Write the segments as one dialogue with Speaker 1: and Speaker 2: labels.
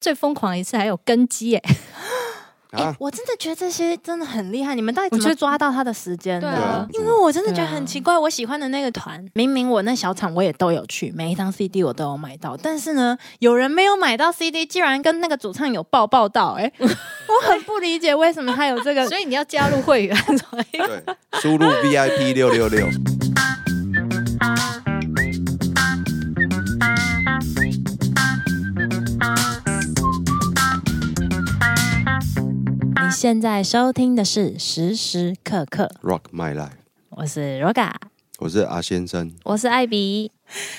Speaker 1: 最疯狂一次还有跟机 哎、
Speaker 2: 哎、
Speaker 3: 啊，
Speaker 2: 我真的觉得这些真的很厉害，你们到底
Speaker 1: 我
Speaker 2: 怎
Speaker 1: 觉得
Speaker 2: 么抓到他的时间
Speaker 1: 对
Speaker 2: 的
Speaker 1: 啊？
Speaker 2: 因为我真的
Speaker 1: 对啊
Speaker 2: 觉得很奇怪，我喜欢的那个团，明明我那小场我也都有去，每一张 CD 我都有买到，但是呢，有人没有买到 CD，竟然跟那个主唱有抱抱到， 哎，我很不理解为什么他有这个。
Speaker 1: 所以你要加入会 员，所以
Speaker 3: 对，输入 VIP 六六六。
Speaker 1: 啊
Speaker 2: 你现在收听的是时时刻刻，
Speaker 3: Rock My Life，
Speaker 2: 我是 Roga。
Speaker 3: 我是阿先生。
Speaker 1: 我是艾比，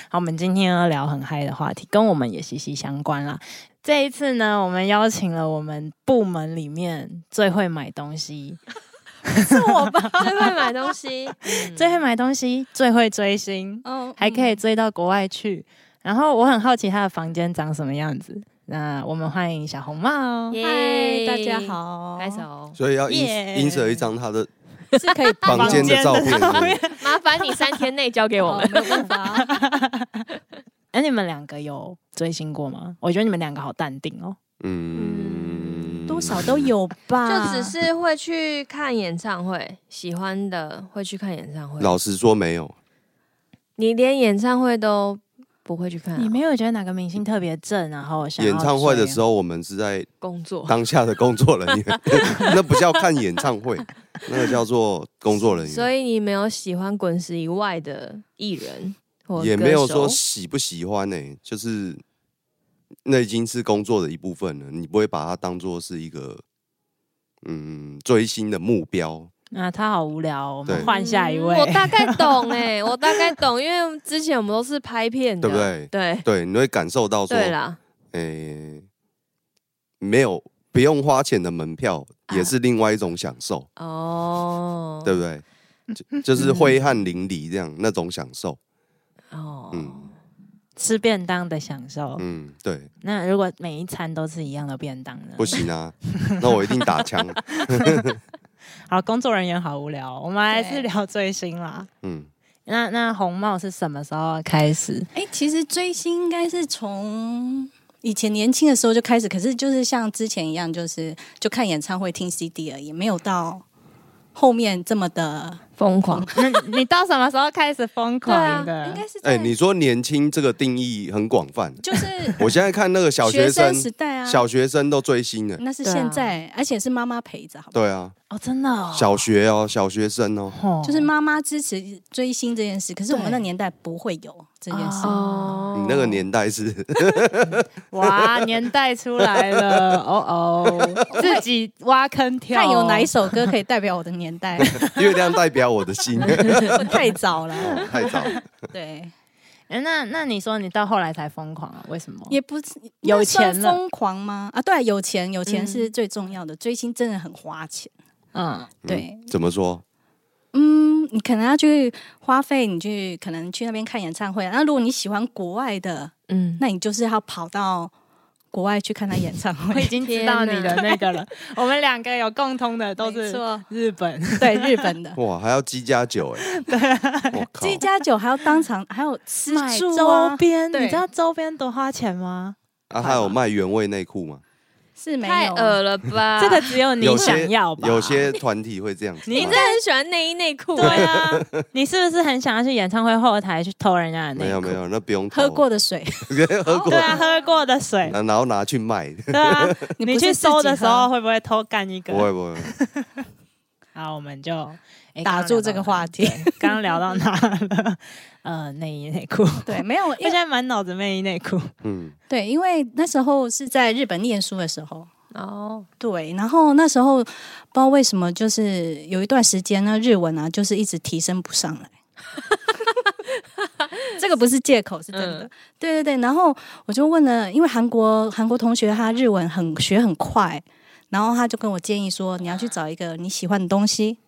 Speaker 2: 好，我们今天要聊很嗨的话题，跟我们也息息相关啦。这一次呢，我们邀请了我们部门里面最会买东西、
Speaker 1: 是我吧？
Speaker 4: 最会买 东西，
Speaker 2: 最会买东西、最会追星，
Speaker 1: 嗯哦，
Speaker 2: 还可以追到国外去。然后我很好奇他的房间长什么样子。那我们欢迎小红帽。
Speaker 4: 耶！
Speaker 1: 嗯
Speaker 4: 哦
Speaker 1: 大家好，
Speaker 4: 拍，手，
Speaker 3: 所以要
Speaker 2: Yeah
Speaker 3: 因 insert 一张他的
Speaker 1: 是可以
Speaker 3: 房间的照片
Speaker 2: 房间的照片
Speaker 3: 是不是
Speaker 4: 麻烦你三天内交给我
Speaker 1: 哦
Speaker 4: 们。
Speaker 1: 没有办 法，
Speaker 2: 哎、你们两个有追星过吗？我觉得你们两个好淡定哦，
Speaker 3: 嗯，
Speaker 2: 多少都有吧。
Speaker 1: 嗯
Speaker 4: 就只是会去看演唱会，喜欢的会去看演唱会。
Speaker 3: 老实说没有，
Speaker 4: 你连演唱会都不会去看、
Speaker 1: 嗯
Speaker 2: 你
Speaker 4: 啊，
Speaker 2: 没有觉得哪个明星特别正，然后想要
Speaker 3: 演唱会的
Speaker 2: 追
Speaker 3: 时候我们是在
Speaker 4: 工作
Speaker 3: 当下的工作人员，那不叫看演唱会，那个叫做工作人
Speaker 4: 所
Speaker 3: 员。
Speaker 4: 以你没有喜欢滚石以外的艺人或歌手
Speaker 3: 也没有说喜不喜欢呢、就是那已经是工作的一部分了，你不会把它当做是一个嗯追星的目标。
Speaker 2: 啊，他好无聊、哦，我们
Speaker 3: 对
Speaker 2: 换下一位
Speaker 4: 嗯。我大概懂哎、我大概懂，因为之前我们都是拍片的，
Speaker 3: 对不对
Speaker 4: 对
Speaker 3: 对，你会感受到说，
Speaker 4: 对
Speaker 3: 诶、
Speaker 4: 啦，
Speaker 3: 没有不用花钱的门票，
Speaker 4: 啊
Speaker 3: 也是另外一种享受，
Speaker 4: 哦，
Speaker 3: 对不对？就就是挥汗淋漓这样那种享受，
Speaker 4: 哦，
Speaker 3: 嗯
Speaker 2: 吃便当的享受。
Speaker 3: 嗯，对，
Speaker 2: 那如果每一餐都是一样的便当呢？
Speaker 3: 不行啊，那我一定打枪，
Speaker 2: 好，工作人员好无聊哦，我们还是
Speaker 1: 对
Speaker 2: 聊追星啦。
Speaker 3: 嗯，
Speaker 2: 那那红帽是什么时候开始？
Speaker 1: 哎、其实追星应该是从以前年轻的时候就开始，可是就是像之前一样，就是就看演唱会、听 CD 而已，没有到后面这么的
Speaker 4: 疯狂，
Speaker 2: 那你你到什么时候开始疯狂的？
Speaker 1: 应该是
Speaker 3: 哎、
Speaker 1: 在、
Speaker 3: 你说年轻这个定义很广泛，
Speaker 1: 就是
Speaker 3: 我现在看那个 小学生，
Speaker 1: 时代啊，嗯
Speaker 3: 小学生都追星的，
Speaker 1: 那是
Speaker 2: 对啊
Speaker 1: 现在，而且是妈妈陪着，好不好？
Speaker 3: 对啊，
Speaker 2: 哦，真的哦，
Speaker 3: 小学哦，小学生哦，
Speaker 2: 哦
Speaker 1: 就是妈妈支持追星这件事，可是我们
Speaker 2: 对
Speaker 1: 那年代不会有这件事。
Speaker 4: 哦，
Speaker 3: 你那个年代是
Speaker 2: 哇，年代出 来了，哦哦，自己挖坑跳，
Speaker 1: 看有哪一首歌可以代表我的年 代，
Speaker 3: 月亮代表我的心，
Speaker 1: 太早了。
Speaker 3: 哦太早了，
Speaker 1: 对，
Speaker 2: 哎那那你说你到后来才疯狂啊？为什么？
Speaker 1: 也不是
Speaker 2: 有
Speaker 1: 那算
Speaker 2: 钱了
Speaker 1: 疯狂吗？啊，对啊，有钱，有钱是最重要的。追星真的很花钱，
Speaker 2: 嗯，
Speaker 1: 对，
Speaker 3: 怎么说？
Speaker 1: 嗯，你可能要去花费，你去可能去那边看演唱会啊。那如果你喜欢国外的，
Speaker 4: 嗯，
Speaker 1: 那你就是要跑到国外去看他演唱
Speaker 2: 我已
Speaker 1: 会。
Speaker 2: 经知道你的
Speaker 4: 天哪
Speaker 2: 那个了。 我们两个有共通的 都
Speaker 1: 没
Speaker 2: 是
Speaker 1: 错
Speaker 2: 日本，
Speaker 1: 对，日 本的。
Speaker 3: 哇，还要鸡加酒哎、我靠，
Speaker 1: 鸡加酒还要当场，还有吃
Speaker 2: 买
Speaker 1: 粥啊
Speaker 2: 周，边，
Speaker 1: 对
Speaker 2: 你知道周边多花钱吗？
Speaker 3: 啊，还有卖原味内裤吗？
Speaker 1: 是没
Speaker 4: 太
Speaker 1: 有啊。
Speaker 4: 恶了吧？
Speaker 2: 这个只有你
Speaker 3: 有些
Speaker 2: 想要吧？
Speaker 3: 有些团体会这样子卖，
Speaker 2: 你
Speaker 4: 真的很喜欢内衣内裤、
Speaker 2: 对啊， 你是不是很想要去演唱会后台去偷人家的内裤？
Speaker 3: 没有没有，那不用
Speaker 1: 喝
Speaker 3: 投
Speaker 1: 过的 水，
Speaker 3: 喝过
Speaker 2: 对，啊，喝过的水，
Speaker 3: 然后拿去卖，
Speaker 2: 对啊，
Speaker 1: 你不
Speaker 2: 你
Speaker 1: 是
Speaker 2: 去
Speaker 1: 自己喝
Speaker 2: 搜的时候，会不会偷干一
Speaker 3: 不会
Speaker 2: 个？
Speaker 3: 不会，
Speaker 2: 好，我们就诶
Speaker 1: 打住这个话题。
Speaker 2: 刚刚聊到哪刚刚聊到哪了？呃，内衣内裤，我
Speaker 1: 对，没 有，因
Speaker 2: 现
Speaker 1: 为
Speaker 2: 在满脑子内衣内裤。
Speaker 3: 嗯，
Speaker 1: 对，因为那时候是在日本念书的时候，
Speaker 4: 哦，
Speaker 1: 对，然后那时候不知道为什么，就是有一段时间呢，日文啊，就是一直提升不上来。 这个不是借口，是真的。
Speaker 4: 嗯
Speaker 1: 对对对，然后我就问了，因为韩国韩国同学他日文很学很快，然后他就跟我建议说，你要去找一个你喜欢的东西，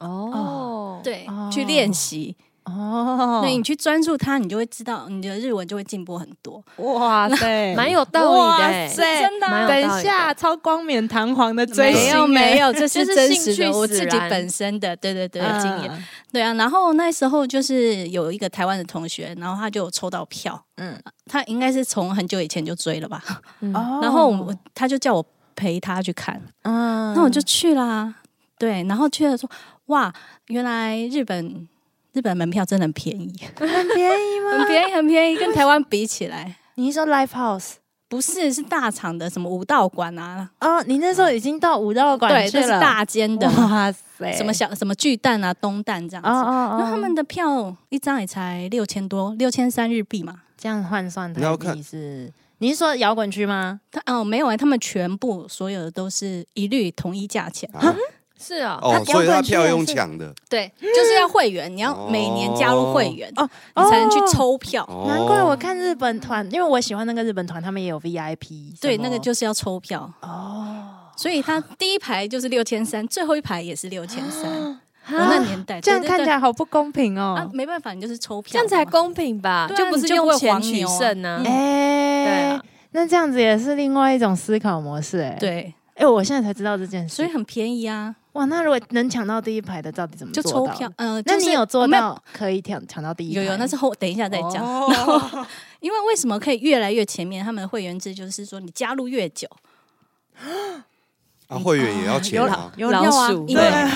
Speaker 4: 哦，，
Speaker 1: 对
Speaker 2: 哦
Speaker 1: 去练习。
Speaker 2: 哦
Speaker 1: 对你去专注它，你就会知道你的日文就会进步很多。
Speaker 2: 哇塞，
Speaker 4: 蛮有道理的、
Speaker 2: 哇塞啊
Speaker 4: 欸。
Speaker 1: 真
Speaker 4: 蛮有道
Speaker 2: 等
Speaker 4: 理
Speaker 2: 一
Speaker 4: 的
Speaker 2: 下，超光冕堂皇的追
Speaker 1: 没
Speaker 2: 星
Speaker 1: 有
Speaker 2: 欸
Speaker 1: 没有，这 是
Speaker 4: 就是
Speaker 1: 真
Speaker 4: 兴
Speaker 1: 实
Speaker 4: 趣
Speaker 1: 的，我
Speaker 4: 使
Speaker 1: 自己
Speaker 4: 然
Speaker 1: 本身的，对对对的
Speaker 2: 嗯
Speaker 1: 经验。对啊，然后那时候就是有一个台湾的同学，然后他就有抽到票，
Speaker 2: 嗯
Speaker 1: 他应该是从很久以前就追了吧，
Speaker 4: 嗯，
Speaker 2: 哦
Speaker 1: 然后我他就叫我陪他去看，
Speaker 2: 嗯
Speaker 1: 那我就去啦，对，然后去了说哇，原来日本日本门票真的很便宜，
Speaker 2: 很便宜吗？
Speaker 1: 很便宜很便宜，跟台湾比起来。
Speaker 2: 你是说 Live House
Speaker 1: 不是，是大厂的，什么武道馆啊，
Speaker 2: 哦？你那时候已经到武道馆
Speaker 1: 对，
Speaker 2: 去
Speaker 1: 就是
Speaker 2: 了，
Speaker 1: 大间的，
Speaker 2: 哇塞，
Speaker 1: 什么小什么巨蛋啊、东蛋这样子。
Speaker 2: 哦哦哦，
Speaker 1: 然后他们的票一张也才六千多，六千三日币嘛。
Speaker 2: 这样换算
Speaker 3: 那
Speaker 2: 台
Speaker 3: 要看
Speaker 2: 币是？你是说摇滚区吗？
Speaker 1: 他哦没有哎、他们全部所有的都是一律统一价钱。
Speaker 3: 啊
Speaker 4: 是啊，
Speaker 3: 哦，
Speaker 2: 他
Speaker 3: 所以
Speaker 2: 摇
Speaker 3: 他
Speaker 2: 滚区
Speaker 3: 票
Speaker 2: 也
Speaker 3: 用
Speaker 2: 是
Speaker 3: 抢的
Speaker 1: 对，就是要会员，你要
Speaker 3: 哦
Speaker 1: 每年加入会员，
Speaker 2: 哦
Speaker 1: 你才能去抽票。
Speaker 3: 哦，
Speaker 2: 难怪我看日本团，因为我喜欢那个日本团，他们也有 VIP，
Speaker 1: 对，
Speaker 2: 什
Speaker 1: 那
Speaker 2: 么
Speaker 1: 个就是要抽票，
Speaker 2: 哦，
Speaker 1: 所以他第一排就是六千三，最后一排也是六千三。我
Speaker 4: 啊
Speaker 1: 那年代
Speaker 2: 这样
Speaker 1: 对对
Speaker 2: 看起
Speaker 1: 对
Speaker 2: 来好不公平
Speaker 1: 啊
Speaker 2: 哦，。
Speaker 1: 没办法，你就是抽票，
Speaker 4: 这样才。公平吧？
Speaker 1: 对啊
Speaker 4: 就不
Speaker 1: 你
Speaker 4: 是
Speaker 1: 就不
Speaker 4: 用
Speaker 1: 会
Speaker 4: 钱
Speaker 1: 黄
Speaker 4: 取
Speaker 1: 牛啊
Speaker 4: 胜呢
Speaker 1: 嗯？
Speaker 4: 对
Speaker 2: 哎
Speaker 4: 啊，
Speaker 2: 那这样子也是另外一种思考模式，哎，，
Speaker 1: 对，
Speaker 2: 哎，我现在才知道这件
Speaker 1: 所以
Speaker 2: 事，
Speaker 1: 很便宜啊，
Speaker 2: 哇，那如果能抢到第一排的，到底怎么
Speaker 1: 就
Speaker 2: 做
Speaker 1: 抽
Speaker 2: 到
Speaker 1: 票。嗯、呃，
Speaker 2: 那
Speaker 1: 就是
Speaker 2: 你有做
Speaker 1: 我没
Speaker 2: 到可以抢抢到第一排
Speaker 1: 有
Speaker 2: 吗？
Speaker 1: 有，那是后等一下再讲。
Speaker 2: 哦
Speaker 1: 然后，因为为什么可以越来越前面？他们的会员制就是说，你加入越久，
Speaker 3: 啊，会员也要钱
Speaker 1: 有
Speaker 3: 啊，
Speaker 1: 有
Speaker 4: 老
Speaker 1: 要啊
Speaker 4: 鼠，
Speaker 1: 因为
Speaker 3: 对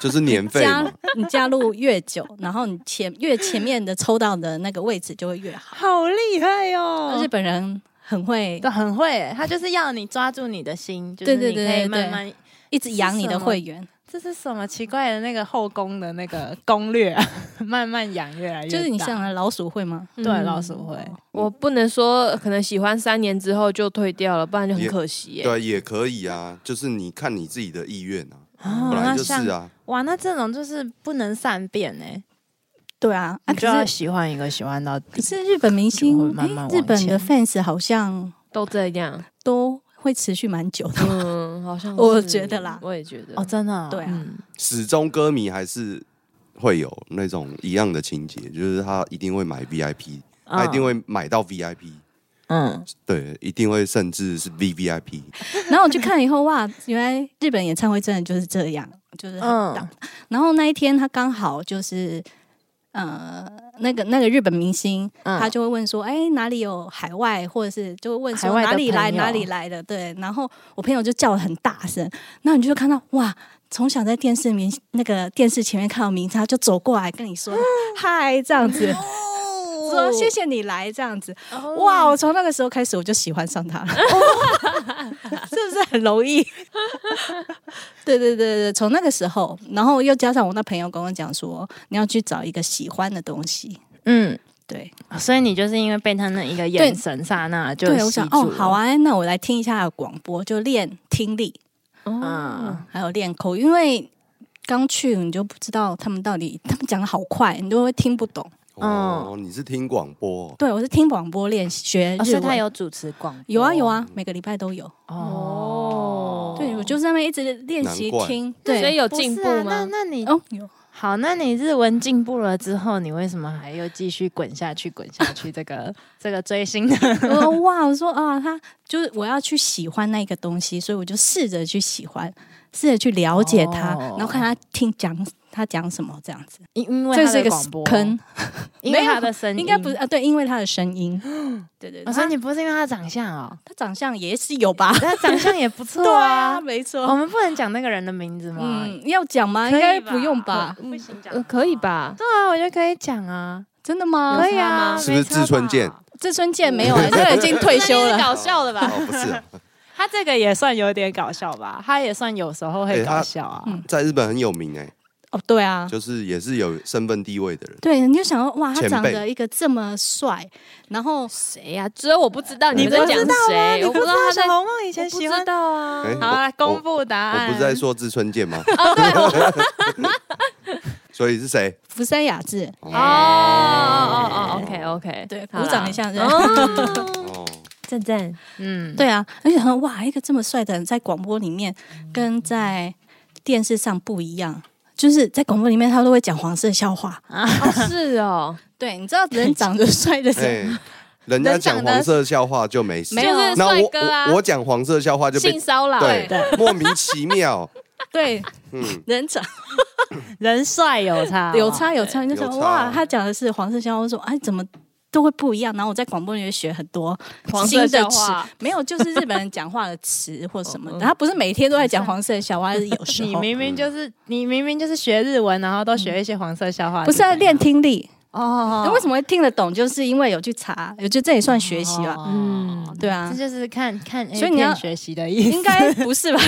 Speaker 3: 就是年费嘛
Speaker 1: 加。你加入越久，然后你前越前面的抽到的那个位置就会越好。
Speaker 2: 好厉害哦
Speaker 1: 日！本人很会
Speaker 2: 都很会耶，他就是要你抓住你的心，就
Speaker 1: 对
Speaker 2: 是
Speaker 1: 对
Speaker 2: 你可
Speaker 1: 对对
Speaker 2: 以慢慢。
Speaker 1: 一直养你的会员，
Speaker 2: 这是什么奇怪的那个后宫的那个攻略、啊？ 慢慢养，越来越
Speaker 1: 就是你
Speaker 2: 大
Speaker 1: 像老鼠会吗？
Speaker 2: 对
Speaker 4: 嗯
Speaker 2: 老鼠会，
Speaker 4: 我不能说可能喜欢三年之后就退掉了，不然就很
Speaker 3: 也
Speaker 4: 可惜耶。
Speaker 3: 对，也可以啊，就是你看你自己的意愿啊，
Speaker 2: 哦
Speaker 3: 本来就
Speaker 2: 像
Speaker 3: 是啊，
Speaker 2: 哇，那这种就是不能善变哎，
Speaker 1: 对啊，啊
Speaker 2: 你就要
Speaker 1: 可是
Speaker 2: 喜欢一个喜欢到
Speaker 1: 可
Speaker 2: 底。
Speaker 1: 是日本明
Speaker 2: 就会
Speaker 1: 星，
Speaker 2: 慢慢
Speaker 1: 诶
Speaker 2: 往
Speaker 1: 日本的
Speaker 2: 前
Speaker 1: fans 好像
Speaker 4: 都这样，
Speaker 1: 都会持续蛮久的。
Speaker 4: 嗯，好像
Speaker 1: 我
Speaker 4: 是
Speaker 1: 觉得啦
Speaker 4: 我也觉得
Speaker 2: 哦，真的、哦，
Speaker 1: 对啊
Speaker 2: 嗯
Speaker 3: 始终歌迷还是会有那种一样的情节，就是他一定会买 VIP，他一定，会买到 VIP，
Speaker 2: 嗯，
Speaker 3: 对，一定会甚至是 VVIP。
Speaker 1: 然后我去看以后，哇，原来日本演唱会真的就是这样，就是很大。
Speaker 2: 嗯
Speaker 1: 然后那一天他刚好就是，呃，那个那个日本明星，
Speaker 2: 嗯
Speaker 1: 他就会问说，哎、哪里有海外，或者是就会问
Speaker 2: 海
Speaker 1: 说
Speaker 2: 外的
Speaker 1: 哪里来
Speaker 2: 朋友
Speaker 1: 哪里来的，对。然后我朋友就叫的很大声，那你就看到哇。从小在电视明那个电视前面看到名字，他就走过来跟你说嗨这样子，说谢谢你来这样子。哇！我从那个时候开始我就喜欢上他了，是不是很容易？对对对对，从那个时候，然后又加上我那朋友跟我讲说，你要去找一个喜欢的东西。
Speaker 2: 嗯，
Speaker 1: 对
Speaker 2: 所以你就是因为被他那一个眼神刹那就
Speaker 1: 对，我
Speaker 2: 吸
Speaker 1: 想
Speaker 2: 住
Speaker 1: 哦，
Speaker 2: 了
Speaker 1: 好，啊，那我来听一下他的广播，就练听力，
Speaker 4: 哦
Speaker 2: 嗯，
Speaker 1: 还有练口语，因为刚去你就不知道他们到底，他们讲的好快，你都会听不懂。
Speaker 3: 哦，你是听广播哦，
Speaker 1: 对我是听广播练学
Speaker 2: 哦
Speaker 1: 日
Speaker 2: 所以
Speaker 1: 文，
Speaker 2: 他有主持广，
Speaker 1: 有啊有啊，每个礼拜都有。
Speaker 2: 哦，
Speaker 1: 对，我就是在那边一直练习
Speaker 3: 难怪
Speaker 1: 听，
Speaker 4: 所以
Speaker 1: 对，
Speaker 4: 有
Speaker 2: 不是
Speaker 4: 进步
Speaker 2: 啊那
Speaker 4: 吗？
Speaker 2: 那你
Speaker 1: 哦，有。
Speaker 2: 好，那你日文进步了之后，你为什么还又继续滚下去、滚下去？这个这个追星的，
Speaker 1: 我哇，我说啊，他就是我要去喜欢那个东西，所以我就试着去喜欢，试着去了解他，
Speaker 2: 哦
Speaker 1: 然后看他听讲他讲什么这样子。
Speaker 2: 因因为
Speaker 1: 这
Speaker 2: 他
Speaker 1: 是一
Speaker 2: 的
Speaker 1: 个
Speaker 2: 广播
Speaker 1: 坑，
Speaker 2: 因为
Speaker 1: 没有
Speaker 2: 他的声音，
Speaker 1: 应该不是啊？对，因为他的声 音，对对
Speaker 2: 哦。
Speaker 1: 对，
Speaker 2: 所以
Speaker 1: 他
Speaker 2: 你不是因为他长相哦，
Speaker 1: 他长相也是有 吧？
Speaker 2: 那长相也不错啊。
Speaker 1: 没
Speaker 2: 我
Speaker 1: 错。
Speaker 2: 们不能讲那个人的名字吗？
Speaker 1: 嗯，要讲吗？应
Speaker 2: 可以
Speaker 1: 该不用
Speaker 2: 吧哦
Speaker 1: 吧？
Speaker 2: 不行讲
Speaker 4: 呃，可以吧？
Speaker 2: 对啊，我觉得可以讲啊，
Speaker 1: 真的吗
Speaker 2: 可？以
Speaker 4: 差
Speaker 2: 啊，
Speaker 4: 吗
Speaker 3: 是不是
Speaker 2: 没差吧
Speaker 3: 志村健？
Speaker 1: 志村健没有欸，他 已经退休
Speaker 2: 那你是
Speaker 1: 了。
Speaker 2: 搞笑 的吧？
Speaker 3: 哦，不是、啊，
Speaker 2: 他这个也算有点搞笑吧？他也算有时候会
Speaker 3: 哎他
Speaker 2: 搞笑啊。
Speaker 1: 嗯
Speaker 3: 在日本很有名哎、
Speaker 1: 哦，对啊。
Speaker 3: 就是也是有身份地位的人。
Speaker 1: 对，你就想说哇，他
Speaker 3: 前
Speaker 1: 长
Speaker 3: 辈
Speaker 1: 得一个这么帅，然后
Speaker 4: 谁哎呀？只有我不知道
Speaker 2: 你
Speaker 4: 们在
Speaker 2: 不
Speaker 4: 讲
Speaker 2: 知道吗？
Speaker 4: 谁，
Speaker 2: 你
Speaker 4: 我
Speaker 2: 哎不
Speaker 4: 嗯不
Speaker 2: 知
Speaker 4: 知道啊
Speaker 2: 道
Speaker 4: 他在
Speaker 2: 小，红梦以前
Speaker 4: 我不
Speaker 2: 喜
Speaker 4: 知
Speaker 2: 欢
Speaker 4: 道啊
Speaker 3: 哎、。
Speaker 2: 好来
Speaker 3: 我
Speaker 2: 公布答
Speaker 3: 我
Speaker 2: 案。
Speaker 3: 不是在说志村健吗？
Speaker 2: 哦，对，我
Speaker 3: 所以是谁？
Speaker 1: 福山雅治，
Speaker 3: 哦
Speaker 4: 哦哦哦哦，OK OK，
Speaker 1: 对，鼓掌一下，对。
Speaker 3: 哦，
Speaker 4: 赞赞，
Speaker 2: 嗯，
Speaker 1: 对啊，而且想说哇，一个这么帅的人在广播里面跟在电视上不一样，就是在广播里面他都会讲黄色笑话。
Speaker 4: 哦是哦，
Speaker 1: 对，你知道人长得帅的时候，
Speaker 3: 哎、人家讲黄色笑话就没事
Speaker 1: 没，有
Speaker 4: 就是
Speaker 3: 那
Speaker 4: 帅
Speaker 3: 我
Speaker 4: 哥啊，
Speaker 3: 我我讲黄色笑话就被
Speaker 4: 性骚扰，
Speaker 3: 对
Speaker 1: 对
Speaker 3: 莫名其妙，
Speaker 1: 对，
Speaker 3: 嗯，
Speaker 1: 人长
Speaker 2: 人帅有差，哦
Speaker 1: 有差有差，你就
Speaker 3: 有
Speaker 1: 想
Speaker 3: 差
Speaker 1: 哇，他讲的是黄色笑话，我说哎怎么都会不一样。然后我在广播里也学很多
Speaker 4: 黄色
Speaker 1: 新的
Speaker 4: 笑
Speaker 1: 词
Speaker 4: 话，
Speaker 1: 没有就是日本人讲话的词或什么
Speaker 4: 哦
Speaker 1: 的，
Speaker 4: 嗯
Speaker 1: 他不是每天都在讲黄色笑话，是有时
Speaker 2: 你
Speaker 1: 候
Speaker 2: 明明就是你明明就是学日文，然后都学一些黄色笑话，
Speaker 1: 不是在练听力。那
Speaker 2: 哦
Speaker 1: 为什么会听得懂？就是因为有去查，有就这也算学习吧？
Speaker 4: 嗯
Speaker 1: 对啊
Speaker 2: 哦这，就是看看 A
Speaker 1: 所以你要
Speaker 2: 片学习的意思。
Speaker 1: 应该不是吧？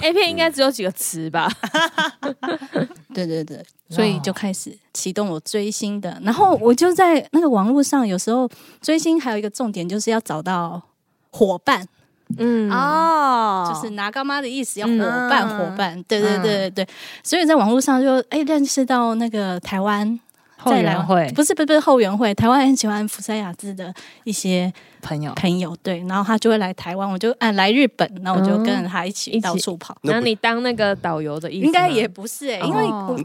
Speaker 4: ，A 片应该只有几个词吧？
Speaker 1: 对对对，所以就开始启动我追星的。然后我就在那个网络上，有时候追星还有一个重点就是要找到伙伴，
Speaker 4: 嗯
Speaker 2: 哦
Speaker 1: 就是拿干妈的意思，要
Speaker 4: 嗯
Speaker 1: 伙伴
Speaker 2: 嗯
Speaker 1: 伙伴。对对对对对，所以在网络上就哎认识到那个台湾。
Speaker 2: 后
Speaker 1: 再来
Speaker 2: 援会
Speaker 1: 不是不是不是后援会，台湾很喜欢福山雅治的一些
Speaker 2: 朋友，
Speaker 1: 朋友，对，然后他就会来台湾，我就啊来日本，然后我就
Speaker 4: 嗯
Speaker 1: 跟着他一起
Speaker 4: 一起
Speaker 1: 到处跑，
Speaker 3: 那
Speaker 4: 然
Speaker 3: 不
Speaker 4: 后你当那个导游的意思吗，
Speaker 1: 应该也不是哎、因为
Speaker 2: 哦
Speaker 1: 我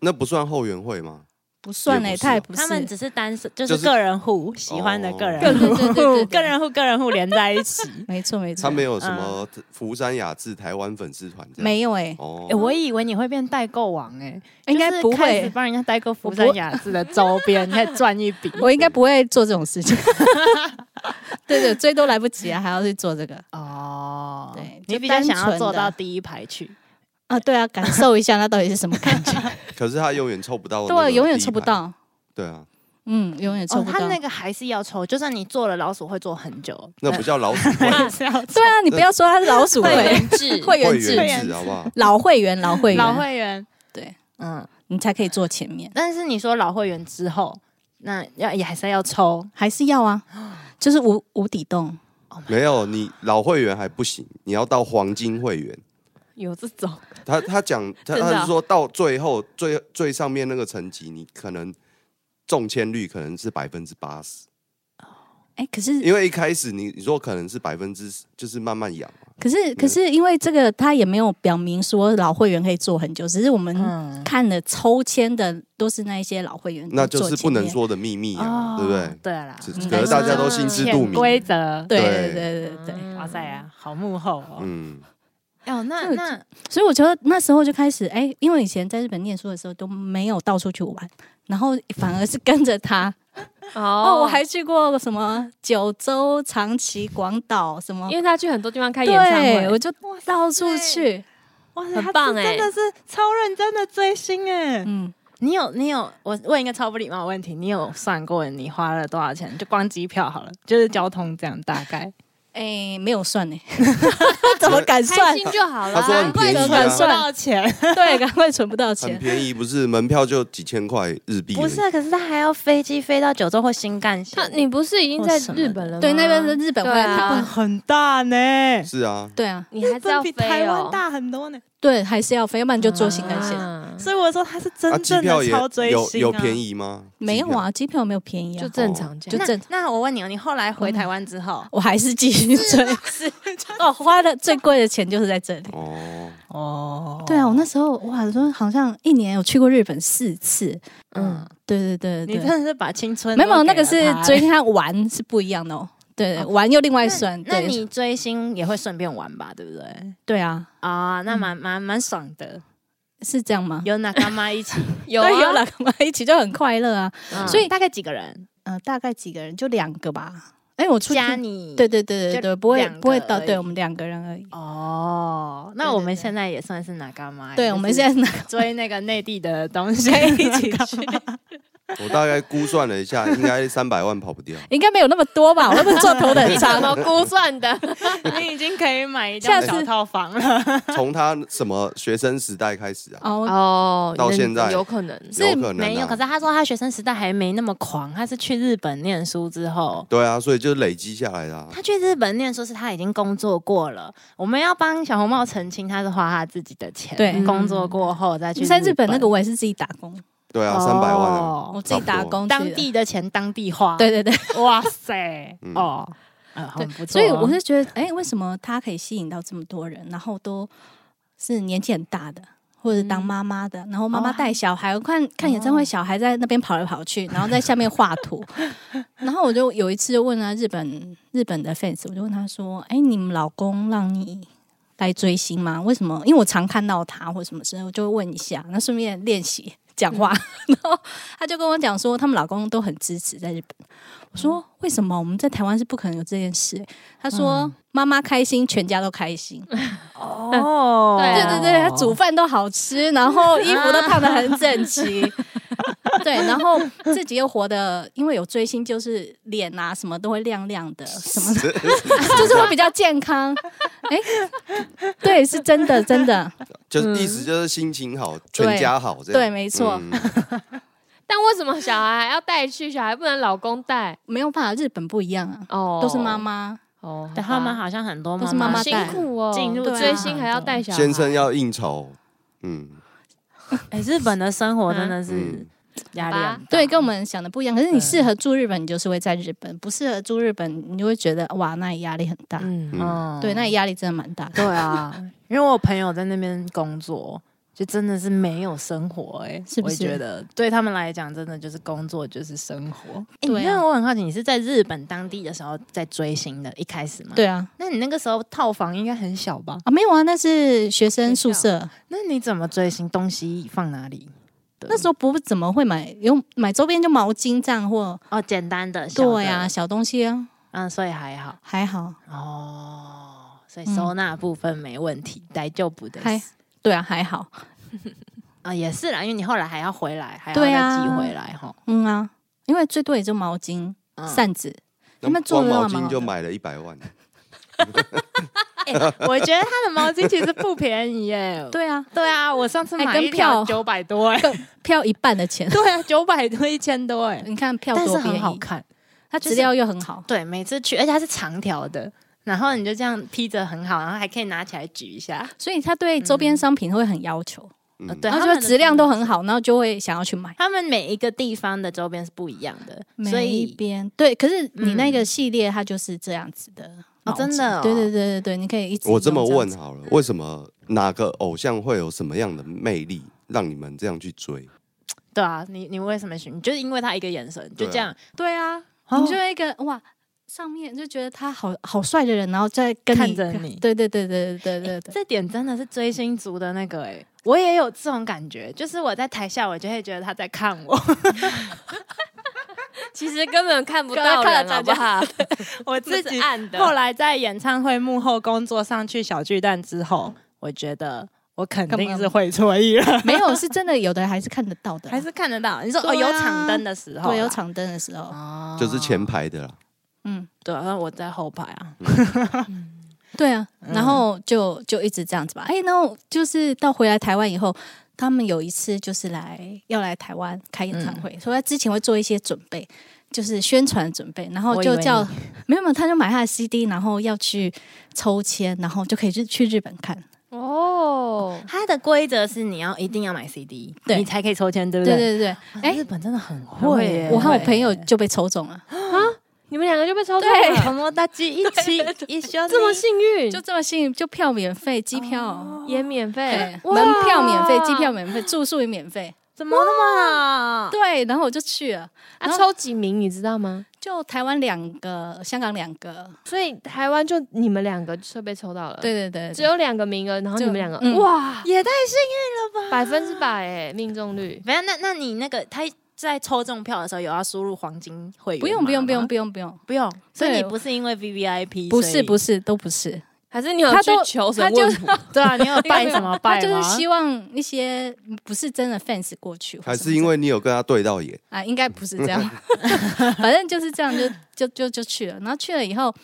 Speaker 3: 那不算后援会吗？
Speaker 1: 不算哎、
Speaker 3: 也不是
Speaker 1: 他也不是，
Speaker 2: 他们只是单身，就
Speaker 3: 就是哦是
Speaker 2: 个人户喜欢的个人
Speaker 1: 对对
Speaker 2: 户，
Speaker 1: 对对对，
Speaker 2: 个
Speaker 1: 对
Speaker 2: 人户个人户连在一 起。
Speaker 1: 没错没错，
Speaker 3: 他没有什么福山雅治台湾粉丝团这样，
Speaker 1: 没有哎、
Speaker 3: 哦
Speaker 2: 哎，，我以为你会变代购王哎，
Speaker 1: 应该
Speaker 2: 就是
Speaker 1: 不
Speaker 2: 开始
Speaker 1: 会，
Speaker 2: 帮人家代购福山雅治的周 边，可以赚一笔。
Speaker 1: 我应该不会做这种事 情。对对，追都来不及啊，还要去做这 个
Speaker 2: 哦
Speaker 1: 对
Speaker 2: 你
Speaker 1: 就
Speaker 2: 比较
Speaker 1: 单
Speaker 2: 想要
Speaker 1: 纯
Speaker 2: 坐
Speaker 1: 的
Speaker 2: 到第一排去。
Speaker 1: 啊，对啊，感受一下那到底是什么 感觉？
Speaker 3: 可是他永远凑不到，
Speaker 1: 对啊，永远抽不，到，
Speaker 3: 对啊，
Speaker 1: 嗯，永远抽
Speaker 2: 哦，
Speaker 1: 不
Speaker 2: 他
Speaker 1: 到。
Speaker 2: 那个还是要抽，就算你做了老鼠会做很久，
Speaker 3: 那不叫老 鼠 会
Speaker 2: 还是要抽
Speaker 1: 对啊，你不要说他是老 鼠
Speaker 4: 会
Speaker 1: 会
Speaker 4: 员制，
Speaker 1: 会
Speaker 3: 会
Speaker 1: 员制，
Speaker 3: 员制，好不好？
Speaker 1: 老会员老会员
Speaker 2: 老会员，
Speaker 1: 对，
Speaker 2: 嗯，
Speaker 1: 你才可以坐前面。
Speaker 2: 但是你说老会员之后，那要也还是要抽，
Speaker 1: 还是要啊，
Speaker 2: 哦
Speaker 1: 就是无无底洞，
Speaker 3: 没有，你老会员还不行，你要到黄金会员。
Speaker 4: 有这种
Speaker 3: 他他讲他
Speaker 4: 真的啊
Speaker 3: 他是说到最后最最上面那个层级，你可能中签率可能是百分之八十，
Speaker 1: 哎、可是
Speaker 3: 因为一开始你你说可能是百分之就是慢慢养嘛，
Speaker 1: 可是可是因为这个他也没有表明说老会员可以做很久，只是我们
Speaker 2: 嗯，
Speaker 1: 看的抽签的都是那一些老会员，
Speaker 3: 那就是不能
Speaker 1: 坐前面。
Speaker 3: 说的秘密啊，对不对？
Speaker 2: 哦对啦，
Speaker 3: 只
Speaker 1: 嗯
Speaker 3: 可是大家都心知肚
Speaker 2: 潜
Speaker 3: 明，
Speaker 2: 规则，
Speaker 1: 对对
Speaker 3: 对
Speaker 1: 对对对，
Speaker 2: 哇塞啊，好幕后哦，
Speaker 3: 嗯，
Speaker 2: 哦，那
Speaker 1: 这
Speaker 2: 那
Speaker 1: 所以我觉得那时候就开始，哎、因为以前在日本念书的时候都没有到处去玩，然后反而是跟着他。哦，我还去过什么九州、长崎、广岛什么
Speaker 4: 因，为他去很多地方开演唱
Speaker 1: 对，我
Speaker 4: 会，
Speaker 1: 就到处去。
Speaker 2: 哇塞，
Speaker 4: 很
Speaker 2: 他是
Speaker 4: 棒哎
Speaker 2: 真的是超认真的追星哎，
Speaker 1: 嗯，
Speaker 2: 欸你有你有，我问一个超不礼貌的问题，你有算过你花了多少钱？就光机票好了，就是交通这样大 概。
Speaker 1: 哎、没有算 呢、怎么敢算
Speaker 4: 开？心就好了。
Speaker 3: 他说很便宜
Speaker 1: 难怪
Speaker 3: 啊
Speaker 1: 总，算
Speaker 2: 多少钱？
Speaker 1: 对，赶快存不到
Speaker 3: 很
Speaker 1: 钱。
Speaker 3: 便宜，不是门票就几千块日币而已，
Speaker 2: 不是，啊可是他还要飞机飞到九州或新干线
Speaker 4: 他，你不是已经在日本了吗？
Speaker 1: 啊对，那边是日本回
Speaker 4: 对
Speaker 1: 来
Speaker 4: 啊
Speaker 1: 台湾，
Speaker 2: 很大呢，
Speaker 3: 是啊，
Speaker 1: 对啊，
Speaker 4: 你还是要
Speaker 2: 比
Speaker 4: 飞
Speaker 2: 台
Speaker 4: 哦
Speaker 2: 湾，大很多呢。
Speaker 1: 对，还是要飞，要不然就坐新干线。
Speaker 4: 啊
Speaker 2: 所以我说他是真
Speaker 3: 啊，机
Speaker 2: 正
Speaker 3: 票
Speaker 2: 的
Speaker 3: 也
Speaker 2: 超追
Speaker 3: 有
Speaker 2: 星、啊
Speaker 3: 有便
Speaker 2: 宜。
Speaker 3: 宜吗？
Speaker 1: 没有
Speaker 3: 机票，
Speaker 1: 啊，机票没有便宜啊，
Speaker 4: 就正常这
Speaker 1: 就
Speaker 4: 样。
Speaker 1: 正嗯常。
Speaker 2: 那我问你哦，你后来回台湾之后，
Speaker 1: 我还是继续追， 哦，花的最贵的钱就是在这里。
Speaker 3: 哦，
Speaker 2: 哦，
Speaker 1: 对啊，我那时候哇，说好像一年有去过日本四次。
Speaker 4: 嗯，
Speaker 1: 对对
Speaker 2: 你
Speaker 1: 对
Speaker 2: 真
Speaker 1: 对，
Speaker 2: 的是把青春
Speaker 1: 没
Speaker 2: 都
Speaker 1: 有没有，
Speaker 2: 给
Speaker 1: 那个
Speaker 2: 了
Speaker 1: 是
Speaker 2: 他
Speaker 1: 追星，他玩是不一样的哦。对，对
Speaker 2: 哦
Speaker 1: 玩又另外算。
Speaker 2: 那
Speaker 1: 对
Speaker 2: 你追星也会顺便玩吧，对不对？
Speaker 1: 对啊，
Speaker 2: 啊，那蛮蛮蛮爽的，
Speaker 1: 是这样吗？
Speaker 2: 有哪干 妈一起，
Speaker 4: 有
Speaker 1: 对，有
Speaker 4: 啊，
Speaker 1: 两个一起就很快乐啊。
Speaker 4: 嗯
Speaker 2: 所以大概几个人
Speaker 1: 呃，大概几个人？就两个吧。哎，我出去
Speaker 2: 加你？
Speaker 1: 对对对对
Speaker 2: 就
Speaker 1: 对，不会
Speaker 2: 两个
Speaker 1: 不会
Speaker 2: 而
Speaker 1: 到，
Speaker 2: 已啊
Speaker 1: 对我们两个人而已。
Speaker 2: 哦，那
Speaker 1: 对
Speaker 2: 我
Speaker 1: 对
Speaker 2: 们
Speaker 1: 对
Speaker 2: 现在也算是哪干妈？
Speaker 1: 对，我们现在 那
Speaker 2: 在追那个内地的东西，
Speaker 1: 可以一起去
Speaker 3: 我大概估算了一下，应该三百万跑不掉。
Speaker 1: 应该没有那么多 吧？我那不是做头等
Speaker 4: 你怎
Speaker 1: 舱？
Speaker 4: 么估算的？
Speaker 2: 你已经可以买一
Speaker 1: 下
Speaker 2: 张
Speaker 1: 次
Speaker 2: 小套房了。
Speaker 3: 从他什么学生时代开始啊，
Speaker 1: 哦，
Speaker 4: 哦
Speaker 3: 到现在
Speaker 4: 有可能
Speaker 3: 有可能啊
Speaker 2: 没有，可是他说他学生时代还没那么狂，他是去日本念书之后。
Speaker 3: 对啊，所以就累积下来的、啊。
Speaker 2: 他去日本念书是他已经工作过了，我们要帮小红帽澄清，他是花他自己的钱，
Speaker 1: 对
Speaker 2: 工作过后再去
Speaker 1: 在日本那个我也是自己打工，
Speaker 3: 对啊，三百万啊，
Speaker 2: 哦
Speaker 1: 我自己打工去的
Speaker 2: 当地的钱当地花，
Speaker 1: 对对对
Speaker 2: 哇塞，
Speaker 3: 嗯
Speaker 2: 哦，呃，
Speaker 1: 对
Speaker 2: 很不，错。
Speaker 1: 所以我是觉得，哎，为什么他可以吸引到这么多人，然后都是年纪很大的，或者是当妈妈的，然后妈妈带小孩，我看看演唱会，小孩在那边跑来跑去，然后在下面画图。然后我就有一次就问他日本日本的 fans，我就问他说：“哎、你们老公让你来追星吗？为什么？因为我常看到他或什么之类，我就会问一下，那顺便练习讲话。 然后他就跟我讲说，他们老公都很支持在日本。我说：“为什么我们在台湾是不可能有这件事、他说：“妈妈开心，全家都开心。”
Speaker 2: 哦
Speaker 4: 对
Speaker 1: 对对对，他煮饭都好吃，然后衣服都烫的很整齐，对，然后自己又活得，因为有追星，就是脸啊什么都会亮亮的，什么的， 就是会比较健康。哎、对，是真的，真的，
Speaker 3: 就是意思就是心情好，
Speaker 1: 嗯对
Speaker 3: 全家好这样。
Speaker 1: 对没错
Speaker 3: 嗯，
Speaker 4: 但为什么小孩要带去，小孩不能老公带？
Speaker 1: 没有办法，日本不一样啊，
Speaker 4: 哦，
Speaker 1: 都是妈妈，
Speaker 4: 哦，
Speaker 2: 但他们好像很多
Speaker 1: 都是妈妈
Speaker 4: 辛
Speaker 1: 带
Speaker 4: 苦哦，
Speaker 2: 进入
Speaker 1: 对啊
Speaker 4: 追星还要带小孩，
Speaker 3: 先生要应酬，嗯
Speaker 2: 哎，日本的生活真的是
Speaker 3: 嗯，
Speaker 2: 压力
Speaker 4: 好吧
Speaker 2: 很大
Speaker 1: 对，跟我们想的不一样。可是你
Speaker 2: 对
Speaker 1: 适合住日本，你就是会在日本；不适合住日本，你就会觉得哇，那里压力很大。
Speaker 4: 嗯，
Speaker 3: 嗯，
Speaker 2: 嗯
Speaker 1: 对，那里压力真的蛮大的。
Speaker 2: 对啊，因为我朋友在那边工作，就真的是没有生活哎、
Speaker 1: 是不
Speaker 2: 我
Speaker 1: 是
Speaker 2: 觉得对他们来讲，真的就是工作就是生活。哎
Speaker 1: 对啊
Speaker 2: 那我很好奇，你是在日本当地的时候在追星的，一开始吗？。
Speaker 1: 对啊，
Speaker 2: 那你那个时候套房应该很小吧？
Speaker 1: 啊没有啊，那是学生宿
Speaker 4: 学
Speaker 1: 舍。
Speaker 2: 那你怎么追星？东西放哪里？
Speaker 1: 那时候不怎么会买，有买周边就毛巾这样或
Speaker 2: 哦，简单的，小的
Speaker 1: 对呀、小东西啊，
Speaker 2: 嗯，所以还好
Speaker 1: 还好，
Speaker 2: 哦，所以
Speaker 1: 嗯
Speaker 2: 收纳部分没问题，来就不得
Speaker 1: 还对啊，还好，
Speaker 2: 啊，也是啦，因为你后来还要回来，还要再
Speaker 1: 对啊
Speaker 2: 寄回来哈。
Speaker 1: 嗯啊，因为最多也就毛巾、
Speaker 2: 嗯
Speaker 1: 扇子，他
Speaker 3: 那
Speaker 1: 们做
Speaker 3: 光
Speaker 1: 得
Speaker 3: 毛
Speaker 1: 到吗
Speaker 3: 巾就买了一百万，
Speaker 2: 我觉得他的毛巾其实不便宜耶。
Speaker 1: 对啊，
Speaker 2: 对啊，我上次
Speaker 1: 哎
Speaker 2: 买
Speaker 1: 跟
Speaker 2: 一
Speaker 1: 票
Speaker 2: 条九百多哎。，
Speaker 1: 更票一半的钱
Speaker 2: 对啊，九百多一千多哎，
Speaker 1: 你看票
Speaker 2: 但是
Speaker 1: 多
Speaker 2: 很
Speaker 1: 便
Speaker 2: 好
Speaker 1: 宜，
Speaker 2: 看。
Speaker 1: 它
Speaker 2: 就
Speaker 1: 质
Speaker 2: 是嗯
Speaker 1: 量又很好，
Speaker 2: 对，每次去，而且它是长条的，然后你就这样披着很好，然后还可以拿起来举一下。
Speaker 1: 所以他对周边商品会很要求，
Speaker 3: 嗯
Speaker 2: 嗯呃对，
Speaker 1: 然
Speaker 2: 他
Speaker 1: 后
Speaker 2: 们
Speaker 1: 哦就
Speaker 2: 的
Speaker 1: 质量都很好，然后就会想要去买。
Speaker 2: 他们每一个地方的周边是不一样的，所
Speaker 1: 每一
Speaker 2: 以
Speaker 1: 边对，可是你那
Speaker 2: 嗯
Speaker 1: 个系列它就是这样子的毛
Speaker 2: 哦
Speaker 1: 巾，
Speaker 2: 真的哦
Speaker 1: 对对对对对，你可以一直
Speaker 3: 我这么
Speaker 1: 用样
Speaker 3: 问啊
Speaker 1: 子
Speaker 3: 好了，为什么哪个偶像会有什么样的魅力，让你们这样去追？
Speaker 2: 对啊，你你为什么选？你就是因为他一个眼神，就这样。
Speaker 1: 对啊，
Speaker 2: 哦
Speaker 1: 你就会一个哇，上面就觉得他好好帅的人，然后再跟
Speaker 2: 看
Speaker 1: 你
Speaker 2: 着你
Speaker 1: 对对对对对对对对，
Speaker 2: 这点真的是追星族的那个哎、我也有这种感觉，就是我在台下，我就会觉得他在看我，
Speaker 4: 其实根本看不到
Speaker 2: 根本看
Speaker 4: 人，
Speaker 2: 得
Speaker 4: 好不
Speaker 2: 到
Speaker 4: 好？
Speaker 2: 我自
Speaker 4: 都
Speaker 2: 己
Speaker 4: 是暗的，
Speaker 2: 后来在演唱会幕后工作上去小巨蛋之后，我觉得我肯定是 会错意了，
Speaker 1: 没有是真的，有的还是看得到的，
Speaker 2: 还是看得到。你说、
Speaker 1: 对啊
Speaker 2: 哦，有场灯的时候啦，啊
Speaker 1: 对有场灯的时候，
Speaker 2: 哦
Speaker 3: 就是前排的啦，
Speaker 1: 嗯，
Speaker 2: 对，然后我在后排啊，
Speaker 1: 对啊，
Speaker 2: 嗯
Speaker 1: 然后就就一直这样子吧。哎，然后就是到回来台湾以后。他们有一次就是来要来台湾开演唱
Speaker 2: 嗯
Speaker 1: 会，所以他之前会做一些准备，就是宣传准备，然后
Speaker 2: 我以
Speaker 1: 就
Speaker 2: 为你
Speaker 1: 叫没有没有，他就买他的 CD，然后要去抽签，然后就可以去去日本看。
Speaker 4: 哦，
Speaker 2: 它的规则是你要一定要买 CD，
Speaker 1: 对
Speaker 2: 你才可以抽签，对不
Speaker 1: 对
Speaker 2: 对
Speaker 1: 对对，
Speaker 2: 哇
Speaker 1: 哎
Speaker 2: 日本真的很会耶
Speaker 1: 会，，我和我朋友就被抽中了，
Speaker 4: 你们两个就被抽中
Speaker 2: 对，
Speaker 4: 了，
Speaker 2: 什么大吉一起 一休，
Speaker 4: 这 么幸运，
Speaker 1: 就这么幸运，就票免费，机票、
Speaker 4: 也免费啊
Speaker 1: 对，，门票免费，机票免费，住宿也免 费，
Speaker 2: 怎么
Speaker 4: 嗯
Speaker 2: 那么好？
Speaker 1: 对，然后我就去了，
Speaker 4: 啊，
Speaker 1: 然后
Speaker 4: 抽几名你知道吗？
Speaker 1: 就台湾两个，香港两个，
Speaker 4: 所以台湾就你们两个就被抽到了，，
Speaker 1: 对对对，
Speaker 4: 嗯只有两个名额，然后
Speaker 1: 就
Speaker 4: 你们两个，
Speaker 1: 嗯
Speaker 4: 哇，
Speaker 2: 也太幸
Speaker 4: 百分之百哎，命中率，
Speaker 2: 没有，那那你那个他在抽中票的时候有要输入黄金会员
Speaker 1: 不用不用
Speaker 2: 码
Speaker 1: 不用
Speaker 2: 吗
Speaker 1: 不用不用，
Speaker 2: 不用，所以
Speaker 1: 对
Speaker 2: 你不是因为 V V I P，
Speaker 1: 不是不
Speaker 2: 是，
Speaker 1: 是都不是，
Speaker 4: 还是你有
Speaker 1: 他
Speaker 4: 去
Speaker 1: 都
Speaker 4: 求神
Speaker 1: 他
Speaker 4: 问
Speaker 1: 就
Speaker 4: 卜？
Speaker 2: 对啊，你有拜什 么
Speaker 1: 他
Speaker 2: 拜
Speaker 1: 就是
Speaker 2: 吗？
Speaker 1: 希望一些不是真的 fans 过去，
Speaker 3: 还是因为你有跟他对到眼？
Speaker 1: 啊，应该不是这 样，反正就是这样就，就就就去了。然后去了以后，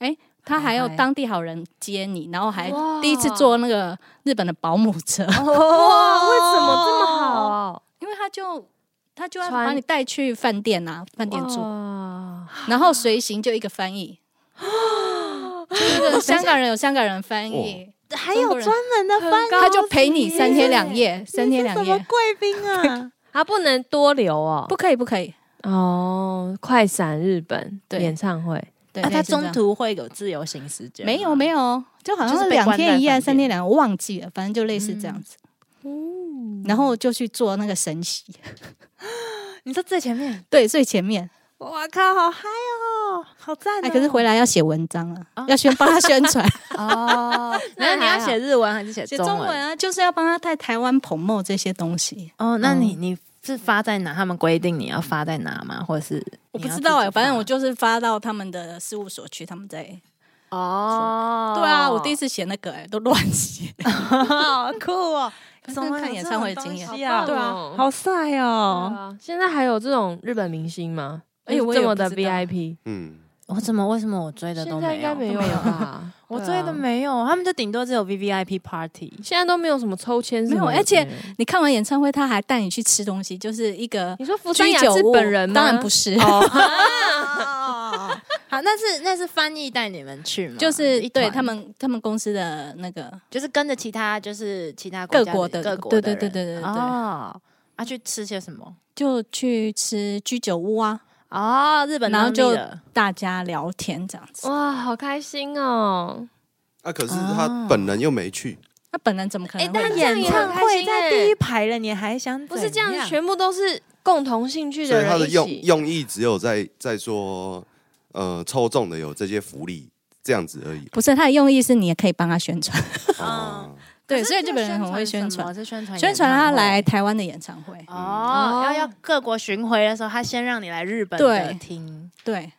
Speaker 1: 哎、他还有
Speaker 2: 嗨
Speaker 1: 当地好人接你，然后还
Speaker 4: 哇
Speaker 1: 第一次坐那个日本的保姆车，
Speaker 4: 哇，为什么这么好啊？
Speaker 1: 因为他就他就要
Speaker 4: 穿哦
Speaker 1: 把你带去饭店啊，饭店住，
Speaker 4: 哇
Speaker 1: 然后随行就一个翻译，就是那个香港人有香港人翻译，
Speaker 2: 还
Speaker 1: 中
Speaker 2: 有
Speaker 1: 国人
Speaker 2: 专门的翻译，
Speaker 1: 他就陪你三天两夜，三天
Speaker 2: 什
Speaker 1: 两
Speaker 2: 么
Speaker 1: 夜，
Speaker 2: 贵宾啊？
Speaker 4: 啊，不能多留哦
Speaker 1: 不。可以不可以，
Speaker 4: 哦，快闪日本
Speaker 1: 对
Speaker 4: 演唱会，
Speaker 1: 对，
Speaker 2: 啊，
Speaker 1: 类
Speaker 2: 他
Speaker 1: 似这样
Speaker 2: 中途会有自由行时间吗？
Speaker 1: 没有没有，就好像
Speaker 2: 就是
Speaker 1: 是
Speaker 2: 被
Speaker 1: 两
Speaker 2: 关在
Speaker 1: 天一夜、
Speaker 2: 饭
Speaker 1: 三天两夜，我忘记了，反正就类似这样子。然后就去做那个神席，
Speaker 2: 你说最前面，
Speaker 1: 对，最前面。
Speaker 2: 哇靠，好嗨哦，好赞
Speaker 1: 哎，可是回来要写文章啊，要宣帮他宣传，
Speaker 2: 哦，那你要写日文还是写
Speaker 1: 写
Speaker 2: 中
Speaker 1: 中文啊，就是要帮他在台湾捧墨这些东西。
Speaker 2: 哦，那你你是发在哪？他们规定你要发在哪吗？或者是
Speaker 1: 我不
Speaker 2: 你要
Speaker 1: 知道
Speaker 2: 自
Speaker 1: 哎、
Speaker 2: 己
Speaker 1: 反正
Speaker 2: 发
Speaker 1: 我就是发到他们的事务所去，他们在。
Speaker 2: 哦，
Speaker 1: 对啊，我第一次啊写那个哎、都乱 写。
Speaker 2: 好酷哦！
Speaker 1: 怎么会有看演唱会的经验
Speaker 2: 这种东西啊
Speaker 4: 好棒
Speaker 2: 对
Speaker 4: 哦
Speaker 2: 啊，好帅哦！
Speaker 4: 啊，现在还有这种日本明星吗？
Speaker 1: 哎我也
Speaker 4: 这么的
Speaker 1: 不知道
Speaker 4: VIP，
Speaker 3: 嗯，
Speaker 2: 我怎么为什么我追的都
Speaker 4: 现
Speaker 2: 没有？
Speaker 4: 在应该没有
Speaker 2: 都？
Speaker 4: 吧
Speaker 2: 我追的
Speaker 4: 对啊，
Speaker 2: 没有，他们就顶多只有 V V I P party。
Speaker 4: 现在都没有什么抽签什么的，
Speaker 1: 没有而且你看完演唱会，他还带你去吃东西，就是一个
Speaker 4: 你说福山
Speaker 1: 居
Speaker 4: 雅
Speaker 1: 酒
Speaker 4: 治
Speaker 1: 屋。
Speaker 4: 本人吗？
Speaker 1: 当然不是，
Speaker 2: 哦 好，那是那是翻译带你们去吗？
Speaker 1: 就是
Speaker 2: 一
Speaker 1: 对
Speaker 2: 团
Speaker 1: 他，们他们公司的那个
Speaker 2: 就是跟着其他就是其他
Speaker 1: 各
Speaker 2: 家
Speaker 1: 国的
Speaker 2: 各国
Speaker 1: 对
Speaker 2: 的
Speaker 1: 对对
Speaker 2: 人
Speaker 1: 对对对
Speaker 2: 哦，啊，去吃些什么？
Speaker 1: 就去吃居酒屋啊，
Speaker 2: 哦，日本
Speaker 1: 然后
Speaker 2: 当地
Speaker 1: 就
Speaker 2: 的
Speaker 1: 大家聊天这样
Speaker 2: 哦
Speaker 1: 子。
Speaker 4: 哇，好开心哦！
Speaker 3: 啊，可是他本人又没去，
Speaker 1: 那本人怎么可能
Speaker 4: 哎
Speaker 1: 会来？
Speaker 4: 但演唱会在第一
Speaker 2: 排了，你还想
Speaker 4: 不是这样子，全部都是共同兴趣
Speaker 3: 所
Speaker 4: 的
Speaker 3: 以他
Speaker 4: 人
Speaker 3: 的
Speaker 4: 一
Speaker 3: 用
Speaker 4: 起。
Speaker 3: 用意只有在在说，呃，抽中的有这些福利这样子而已
Speaker 1: 不是他的用意是你也可以帮他宣传，
Speaker 3: 啊。
Speaker 1: 对，所以日本人很会宣
Speaker 2: 什么
Speaker 1: 传，
Speaker 2: 是宣传
Speaker 1: 宣传他来
Speaker 2: 演
Speaker 1: 台湾的演唱会，
Speaker 2: 唱会哦，要要各国巡回的时候，他先让你来日本
Speaker 1: 对
Speaker 2: 的听
Speaker 1: 对，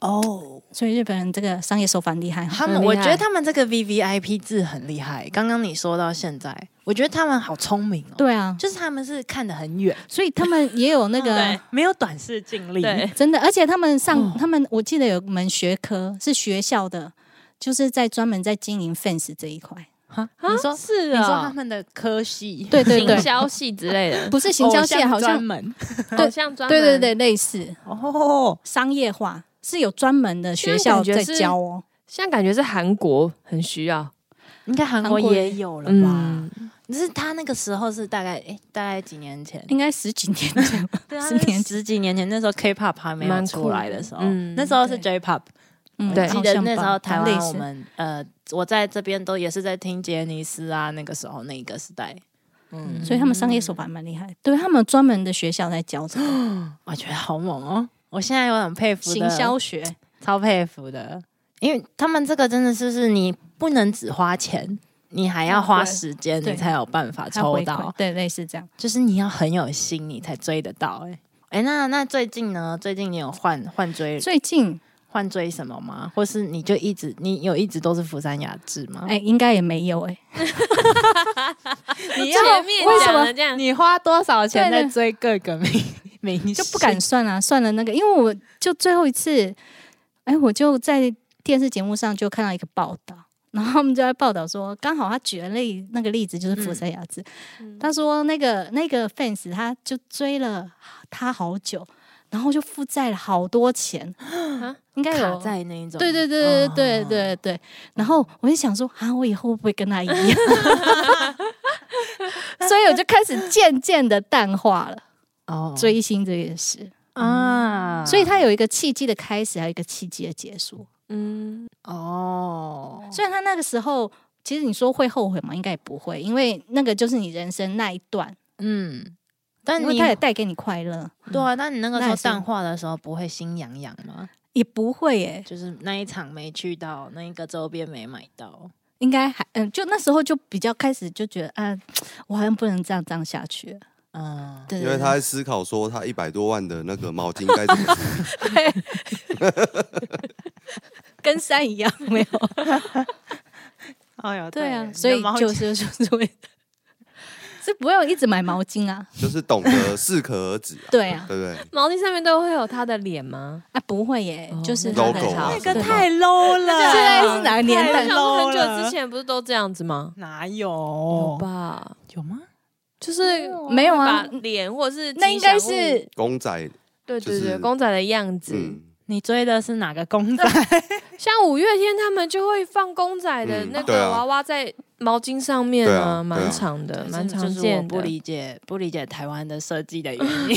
Speaker 2: 哦。
Speaker 1: 所以日本人这个商业手法很厉害。
Speaker 2: 他
Speaker 1: 很
Speaker 2: 们
Speaker 1: 厉
Speaker 2: 我
Speaker 1: 害
Speaker 2: 觉得他们这个 V V I P 字很厉害。刚刚你说到现在，我觉得他们好聪明哦，
Speaker 1: 对啊，
Speaker 2: 就是他们是看得很远，
Speaker 1: 所以他们也有那个
Speaker 2: 对，没有短视近利，
Speaker 4: 对，
Speaker 1: 真的，而且他们上、
Speaker 2: 哦
Speaker 1: 他们，我记得有一门学科是学校的，就是在专门在经营 fans 这一块。
Speaker 2: 哈
Speaker 4: 啊
Speaker 2: 你说
Speaker 4: 是
Speaker 2: 你说他
Speaker 4: 啊，
Speaker 2: 们的科系，
Speaker 1: 对对对
Speaker 4: 行，销系之类 的，
Speaker 1: 不是行销
Speaker 2: 偶
Speaker 1: 界，
Speaker 2: 像
Speaker 1: 好
Speaker 2: 专
Speaker 1: 像
Speaker 2: 门
Speaker 4: 偶像专
Speaker 1: 对对
Speaker 4: 门
Speaker 1: 对，类似
Speaker 2: 哦，
Speaker 1: 商业化是有专门的学
Speaker 4: 现在
Speaker 1: 校
Speaker 4: 感觉
Speaker 1: 在
Speaker 4: 是
Speaker 1: 教哦。
Speaker 4: 现在感觉是韩国很需要，
Speaker 2: 应该韩国
Speaker 1: 韩国
Speaker 2: 也有了吧？
Speaker 4: 嗯，
Speaker 2: 只是他那个时候是大概诶，大概几年前，
Speaker 1: 应该十几年前吧，
Speaker 2: 对啊，
Speaker 1: 十年
Speaker 2: 十几年前那时候 K-pop 还没有
Speaker 4: 蛮
Speaker 2: 出
Speaker 4: 酷
Speaker 2: 来
Speaker 4: 的
Speaker 2: 的时候，
Speaker 4: 嗯
Speaker 2: 那时候是
Speaker 1: 对
Speaker 2: J-pop。
Speaker 1: 嗯，
Speaker 4: 对
Speaker 2: 记
Speaker 1: 好
Speaker 2: 得
Speaker 1: 像
Speaker 2: 那时
Speaker 1: 吧
Speaker 2: 候台
Speaker 1: 类
Speaker 2: 湾
Speaker 1: 似
Speaker 2: 我们呃，我在这边都也是在听杰尼斯啊，那个时候那个时代，嗯，
Speaker 1: 所以他们商业手法蛮厉害，对他们有专门的学校在教这
Speaker 2: 嗯
Speaker 1: 个
Speaker 2: 我觉得好猛哦！我现在有很佩服的
Speaker 1: 行销， 学，
Speaker 2: 超佩服的，因为他们这个真的是是你不能只花钱，你还要花
Speaker 1: 对
Speaker 2: 时间，
Speaker 1: 对
Speaker 2: 你才有办法
Speaker 1: 还有
Speaker 2: 抽
Speaker 1: 回
Speaker 2: 到
Speaker 1: 馈，对，类似这样。
Speaker 2: 就是你要很有心，你才追得到、哎哎、那那最近呢？最近你有换换追
Speaker 1: 最近
Speaker 2: 换追什么吗？或是你就一直你有一直都是釜山雅治吗？
Speaker 1: 哎，应该也没有哎，
Speaker 4: 你
Speaker 2: 要
Speaker 4: 前面
Speaker 2: 为什
Speaker 4: 讲
Speaker 2: 哎么
Speaker 4: 的这样，
Speaker 2: 你花多少钱
Speaker 1: 对
Speaker 2: 在
Speaker 1: 对
Speaker 2: 追各个明明星？
Speaker 1: 就不敢算啊，算了那个，因为我就最后一次，哎，我就在电视节目上就看到一个报道，然后他们就在报道说，刚好他举的例那个例子就是福山雅治，他说那个那个 fans 他就追了他好久，然后就负债了好多钱，应该
Speaker 2: 卡
Speaker 1: 有。
Speaker 2: 在那一种。
Speaker 1: 对对对对对对对，然后我就想说啊，我以后会不会跟他一样？ 所以我就开始渐渐的淡化了
Speaker 2: 哦
Speaker 1: 追星这件事。
Speaker 2: 啊，
Speaker 1: 所以它有一个契机的开始，还有一个契机的结束。
Speaker 4: 嗯，
Speaker 2: 哦，
Speaker 1: 虽然他那个时候，其实你说会后悔吗？应该也不会，因为那个就是你人生那一段，
Speaker 2: 嗯，但
Speaker 1: 因为
Speaker 2: 你
Speaker 1: 它也带给你快乐，
Speaker 2: 对啊，但你那个时
Speaker 1: 那
Speaker 2: 候
Speaker 1: 也是
Speaker 2: 淡化的时候不会心痒痒吗？
Speaker 1: 也不会耶、
Speaker 2: 就是那一场没去到，那一个周边没买到，
Speaker 1: 应该还嗯，就那时候就比较开始就觉得啊，我好像不能这样这样下去了。
Speaker 2: 嗯，
Speaker 1: 对
Speaker 3: 因为他在思考说，他一百多万的那个毛巾该怎么处理
Speaker 1: 跟山一样没有。
Speaker 2: 哎呦，
Speaker 1: 对啊，所以就是就是会，是不会一直买毛巾啊。
Speaker 3: 就是懂得适可而止、啊，
Speaker 1: 对啊，
Speaker 3: 对不对？
Speaker 4: 毛巾上面都会有他的脸吗？
Speaker 1: 啊不会耶、
Speaker 4: 哦
Speaker 1: 就是
Speaker 4: 那
Speaker 1: 它的
Speaker 3: logo 啊
Speaker 1: 它
Speaker 3: 什么的
Speaker 2: low 了
Speaker 1: 现在是哪个年
Speaker 4: 哎我
Speaker 1: 代
Speaker 4: 想？说很久之前不是都这样子吗？
Speaker 2: 哪
Speaker 4: 有
Speaker 3: 哦
Speaker 2: 有？
Speaker 4: 吧，
Speaker 2: 有吗？
Speaker 4: 就是
Speaker 1: 没有啊
Speaker 4: 把脸或者是
Speaker 1: 那应该
Speaker 4: 吉祥物
Speaker 1: 是
Speaker 3: 公仔，
Speaker 4: 对
Speaker 3: 就
Speaker 4: 对对
Speaker 3: 是
Speaker 4: 公仔的样子。
Speaker 3: 嗯，
Speaker 2: 你追的是哪个公仔？
Speaker 4: 像五月天他们就会放公仔的
Speaker 3: 嗯
Speaker 4: 那
Speaker 3: 对
Speaker 4: 个
Speaker 3: 啊
Speaker 4: 娃娃在毛巾上面
Speaker 3: 对
Speaker 4: 啊，
Speaker 3: 啊对
Speaker 4: 蛮
Speaker 3: 啊
Speaker 4: 长的，蛮
Speaker 2: 这
Speaker 4: 常
Speaker 2: 是我
Speaker 4: 见
Speaker 2: 不
Speaker 4: 的。
Speaker 2: 理解不理解台湾的设计的原 因。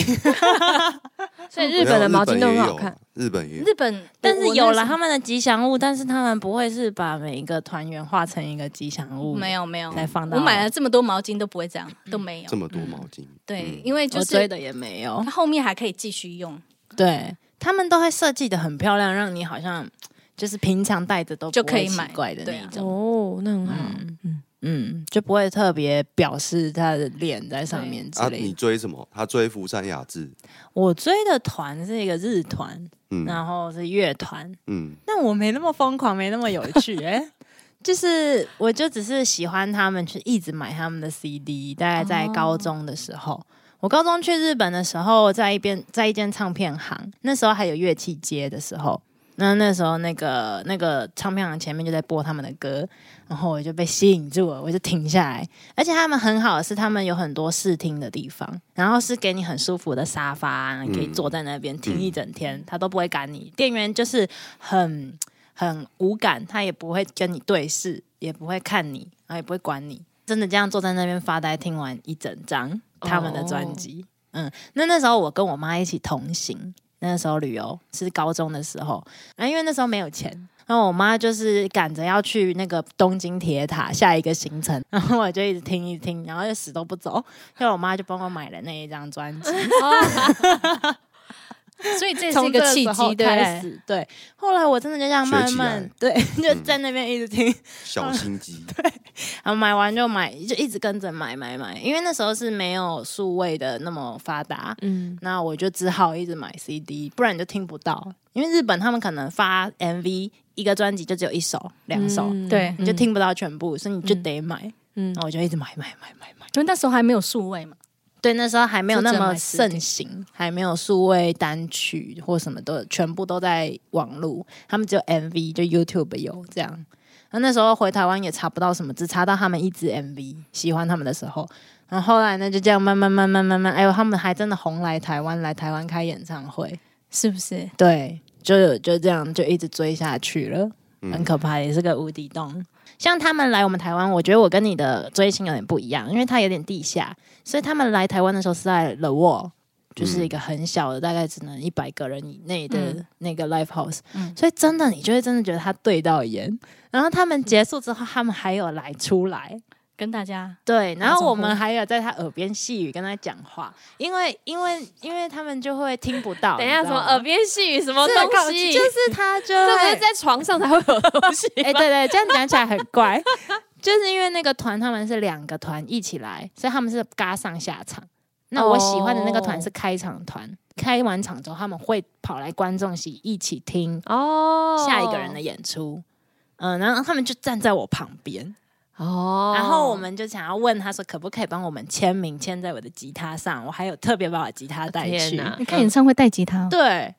Speaker 4: 所以日本的毛巾都很好看，
Speaker 3: 日本也有啊，日本也有
Speaker 1: 日本，
Speaker 2: 但
Speaker 1: 我
Speaker 2: 是
Speaker 1: 我
Speaker 2: 有
Speaker 1: 那
Speaker 2: 了
Speaker 1: 时
Speaker 2: 他们的吉祥物，但是他们不会是把每一个团员画成一个吉祥物，
Speaker 1: 没有没有，
Speaker 2: 来放到
Speaker 1: 我买了这么多毛巾都不会这样，都没有
Speaker 3: 这。么多毛巾，
Speaker 1: 对
Speaker 3: 嗯，
Speaker 1: 因为就
Speaker 2: 我
Speaker 1: 是
Speaker 2: 追的也没有
Speaker 1: 它。后面还可以继续用，
Speaker 2: 对他们都会设计的很漂亮，让你好像就是平常带着都
Speaker 1: 就可以
Speaker 2: 不会
Speaker 1: 买
Speaker 2: 奇怪的
Speaker 1: 对
Speaker 2: 那
Speaker 1: 啊
Speaker 2: 种，
Speaker 4: 哦，那很好。
Speaker 2: 嗯，就不会特别表示他的脸在上面之
Speaker 3: 啊，
Speaker 2: 类
Speaker 3: 你
Speaker 2: 的。
Speaker 3: 追什么？他追福山雅治，
Speaker 2: 我追的团是一个日团，
Speaker 3: 嗯
Speaker 2: 然后是乐团，
Speaker 3: 嗯，
Speaker 2: 那我没那么疯狂，没那么有趣、 哎，就是我就只是喜欢他们，去一直买他们的 CD。大概在
Speaker 1: 哦
Speaker 2: 高中的时候，
Speaker 3: 哦
Speaker 2: 我高中去日本的时候，在一边在一间唱片行，那时候还有乐器街的时候。那那时候，那个那个唱片行前面就在播他们的歌，然后我就被吸引住了，我就停下来。而且他们很好的是，他们有很多试听的地方，然后是给你很舒服的沙发，你可以
Speaker 3: 嗯
Speaker 2: 坐在那边听一整天，他都不会赶你。店员就是很很无感，他也不会跟你对视，也不会看你，然后也不会管你，真的这样坐在那边发呆，听完一整张他们的专辑。嗯，那那时候我跟我妈一起同行，那时候旅游是高中的时候，啊，因为那时候没有钱。然后我妈就是赶着要去那个东京铁塔下一个行程，然后我就一直听一直听，然后就死都不走。所以我妈就帮我买了那一张专辑，
Speaker 1: 所以哦这是
Speaker 2: 从
Speaker 1: 一个
Speaker 2: 这
Speaker 1: 契
Speaker 2: 时候
Speaker 1: 机，对不
Speaker 2: 开
Speaker 1: 对？
Speaker 2: 始。对，后来我真的就这样慢慢
Speaker 3: 学
Speaker 2: 对，就在那边一直听，
Speaker 3: 小心机，
Speaker 2: 然后买完就买，就一直跟着买买买，因为那时候是没有数位的那么发达，
Speaker 4: 嗯，
Speaker 2: 那我就只好一直买 CD，不然你就听不到。因为日本他们可能发 MV 一个专辑就只有一首、两首，
Speaker 4: 嗯
Speaker 1: 对，
Speaker 2: 你就听不到全部，所以你就得买。
Speaker 4: 嗯
Speaker 2: 然后我就一直买买买买买。
Speaker 1: 因为那时候还没有数位嘛，
Speaker 2: 对，那时候还没有那
Speaker 1: 就只能
Speaker 2: 么
Speaker 1: 买 CD
Speaker 2: 盛行，还没有数位单曲或什么的，全部都在网络。他们只有 MV，就 YouTube 有这样。那那时候回台湾也查不到什么，只查到他们一支 MV，喜欢他们的时候。然后后来呢，就这样慢慢慢慢慢慢，哎呦，他们还真的红来台湾，来台湾开演唱会。
Speaker 1: 是不是？
Speaker 2: 对，就就这样就一直追下去了，很
Speaker 3: 嗯，
Speaker 2: 可怕，也是个无底洞。像他们来我们台湾，我觉得我跟你的追星有点不一样，因为他有点地下，所以他们来台湾的时候是在 The Wall，就是一个很小的，大概只能一百个人以内的
Speaker 1: 嗯
Speaker 2: 那个 Live House，、
Speaker 1: 嗯
Speaker 2: 所以真的你就会真的觉得他对到眼。然后他们结束之后，他们还有来出来，
Speaker 1: 跟大家
Speaker 2: 对，然后
Speaker 1: 招
Speaker 2: 我
Speaker 1: 呼
Speaker 2: 们还有在他耳边细语跟他讲话，因为因为因为他们就会听不到。
Speaker 4: 等一
Speaker 2: 你
Speaker 4: 下，
Speaker 2: 知
Speaker 4: 什
Speaker 2: 道
Speaker 4: 么
Speaker 2: 吗
Speaker 4: 耳边细语，什么
Speaker 2: 这个
Speaker 4: 东西？
Speaker 2: 就是 他就
Speaker 4: 这不
Speaker 2: 会
Speaker 4: 是在床上才会有的东西
Speaker 2: 哎、对对，这样讲起来很怪，就是因为那个团他们是两个团一起来，所以他们是嘎上下场。那我喜欢的那个
Speaker 4: 哦
Speaker 2: 团是开场团开完场之后他们会跑来观众席一起听
Speaker 4: 哦
Speaker 2: 下一个人的演出。嗯，然后他们就站在我旁边，
Speaker 4: 哦，
Speaker 2: 然后我们就想要问他说，可不可以帮我们签名签在我的吉他上？我还有特别把我吉他带
Speaker 4: 天
Speaker 2: 去，
Speaker 4: 哪
Speaker 1: 你看演唱会带吉 他哦，
Speaker 2: 对，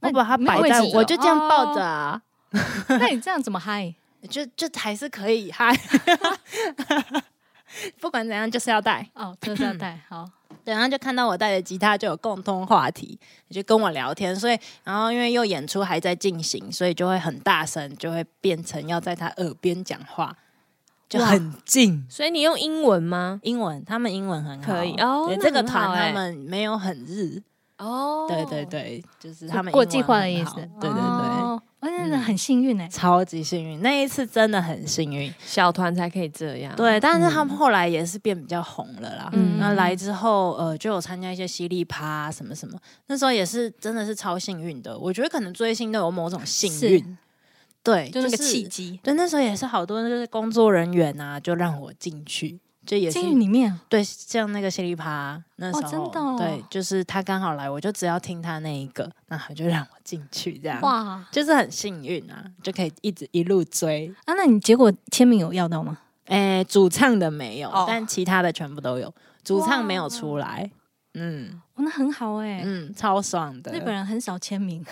Speaker 1: 那
Speaker 2: 我把它
Speaker 1: 没有
Speaker 2: 摆
Speaker 1: 位
Speaker 2: 在，
Speaker 1: 置
Speaker 2: 我就这样抱
Speaker 4: 哦
Speaker 2: 着啊，
Speaker 1: 那你这样怎么嗨？
Speaker 2: 就就还是可以嗨， 不管怎样就是要带。
Speaker 1: 哦，这这样带好，
Speaker 2: 对，然后就看到我带的吉他就有共通话题，就跟我聊天，所以然后因为又演出还在进行，所以就会很大声，就会变成要在他耳边讲话，就
Speaker 1: 哇
Speaker 2: 很近。
Speaker 4: 所以你用英文吗？
Speaker 2: 英文，他们英文很好，
Speaker 4: 可以哦
Speaker 2: 对，
Speaker 4: 那
Speaker 2: 这个
Speaker 4: 很好
Speaker 2: 团
Speaker 4: 欸
Speaker 2: 他们没有很日，
Speaker 4: 哦
Speaker 2: 对对，对，就是他们
Speaker 1: 国
Speaker 2: 英
Speaker 1: 际
Speaker 2: 文
Speaker 1: 化
Speaker 2: 很
Speaker 1: 的意
Speaker 2: 好
Speaker 1: 思。
Speaker 2: 对对对，
Speaker 1: 哦，我真的很幸运哎，
Speaker 2: 超级幸运，那一次真的很幸运。
Speaker 4: 小团才可以这
Speaker 1: 啊
Speaker 4: 样。，
Speaker 2: 对，但是他们后来也是变比较红了啦。
Speaker 4: 嗯
Speaker 2: 那来之后，呃，就有参加一些犀利趴、啊、什么什么，那时候也是真的是超幸运的。我觉得可能追星都有某种幸运，对，
Speaker 1: 就是是个契。机，
Speaker 2: 对，那时候也是好多就是工作人员啊，就让我进去，就也是
Speaker 1: 进入里面
Speaker 2: 对，像那个犀利趴啊那时候，
Speaker 1: 哦真的哦
Speaker 2: 对，就是他刚好来，我就只要听他那一个，然后就让我进去这样。哇
Speaker 1: 哇，
Speaker 2: 就是很幸运啊，就可以一直一路追，
Speaker 1: 啊，那你结果签名有要到吗？
Speaker 2: 诶，主唱的没有，
Speaker 1: 哦
Speaker 2: 但其他的全部都有。主唱没有出来，嗯
Speaker 1: 哦，那很好哎，
Speaker 2: 嗯，超爽的。
Speaker 1: 日本人很少签名，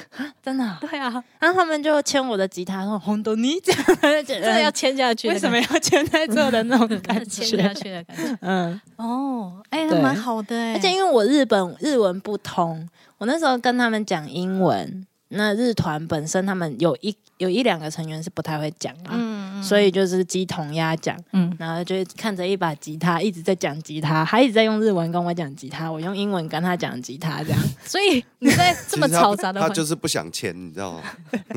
Speaker 2: 真的啊、
Speaker 1: 对啊，
Speaker 2: 然后他们就牵我的吉他，说红豆泥，这 样就觉
Speaker 1: 真的要
Speaker 2: 得
Speaker 1: 签下去的感
Speaker 2: 为什
Speaker 1: 觉，
Speaker 2: 么要牵在这的那种 感
Speaker 1: 签下
Speaker 2: 觉。
Speaker 1: 去的感觉？
Speaker 2: 嗯，
Speaker 1: 哦，哎，
Speaker 2: 对
Speaker 1: 那蛮好的哎，
Speaker 2: 而且因为我日本日文不通，我那时候跟他们讲英文，那日团本身他们有一有一两个成员是不太会讲啊。
Speaker 1: 嗯，嗯
Speaker 2: 所以就是鸡同鸭讲，
Speaker 1: 嗯，
Speaker 2: 然后就看着一把吉他一直在讲吉他，他一直在用日文跟我讲吉他，我用英文跟他讲吉他这样，
Speaker 1: 所以你在这么
Speaker 3: 其实他
Speaker 1: 嘈杂的
Speaker 3: 他
Speaker 1: 环
Speaker 3: 就
Speaker 1: 境，
Speaker 3: 是不想签，你知道吗？
Speaker 2: 然后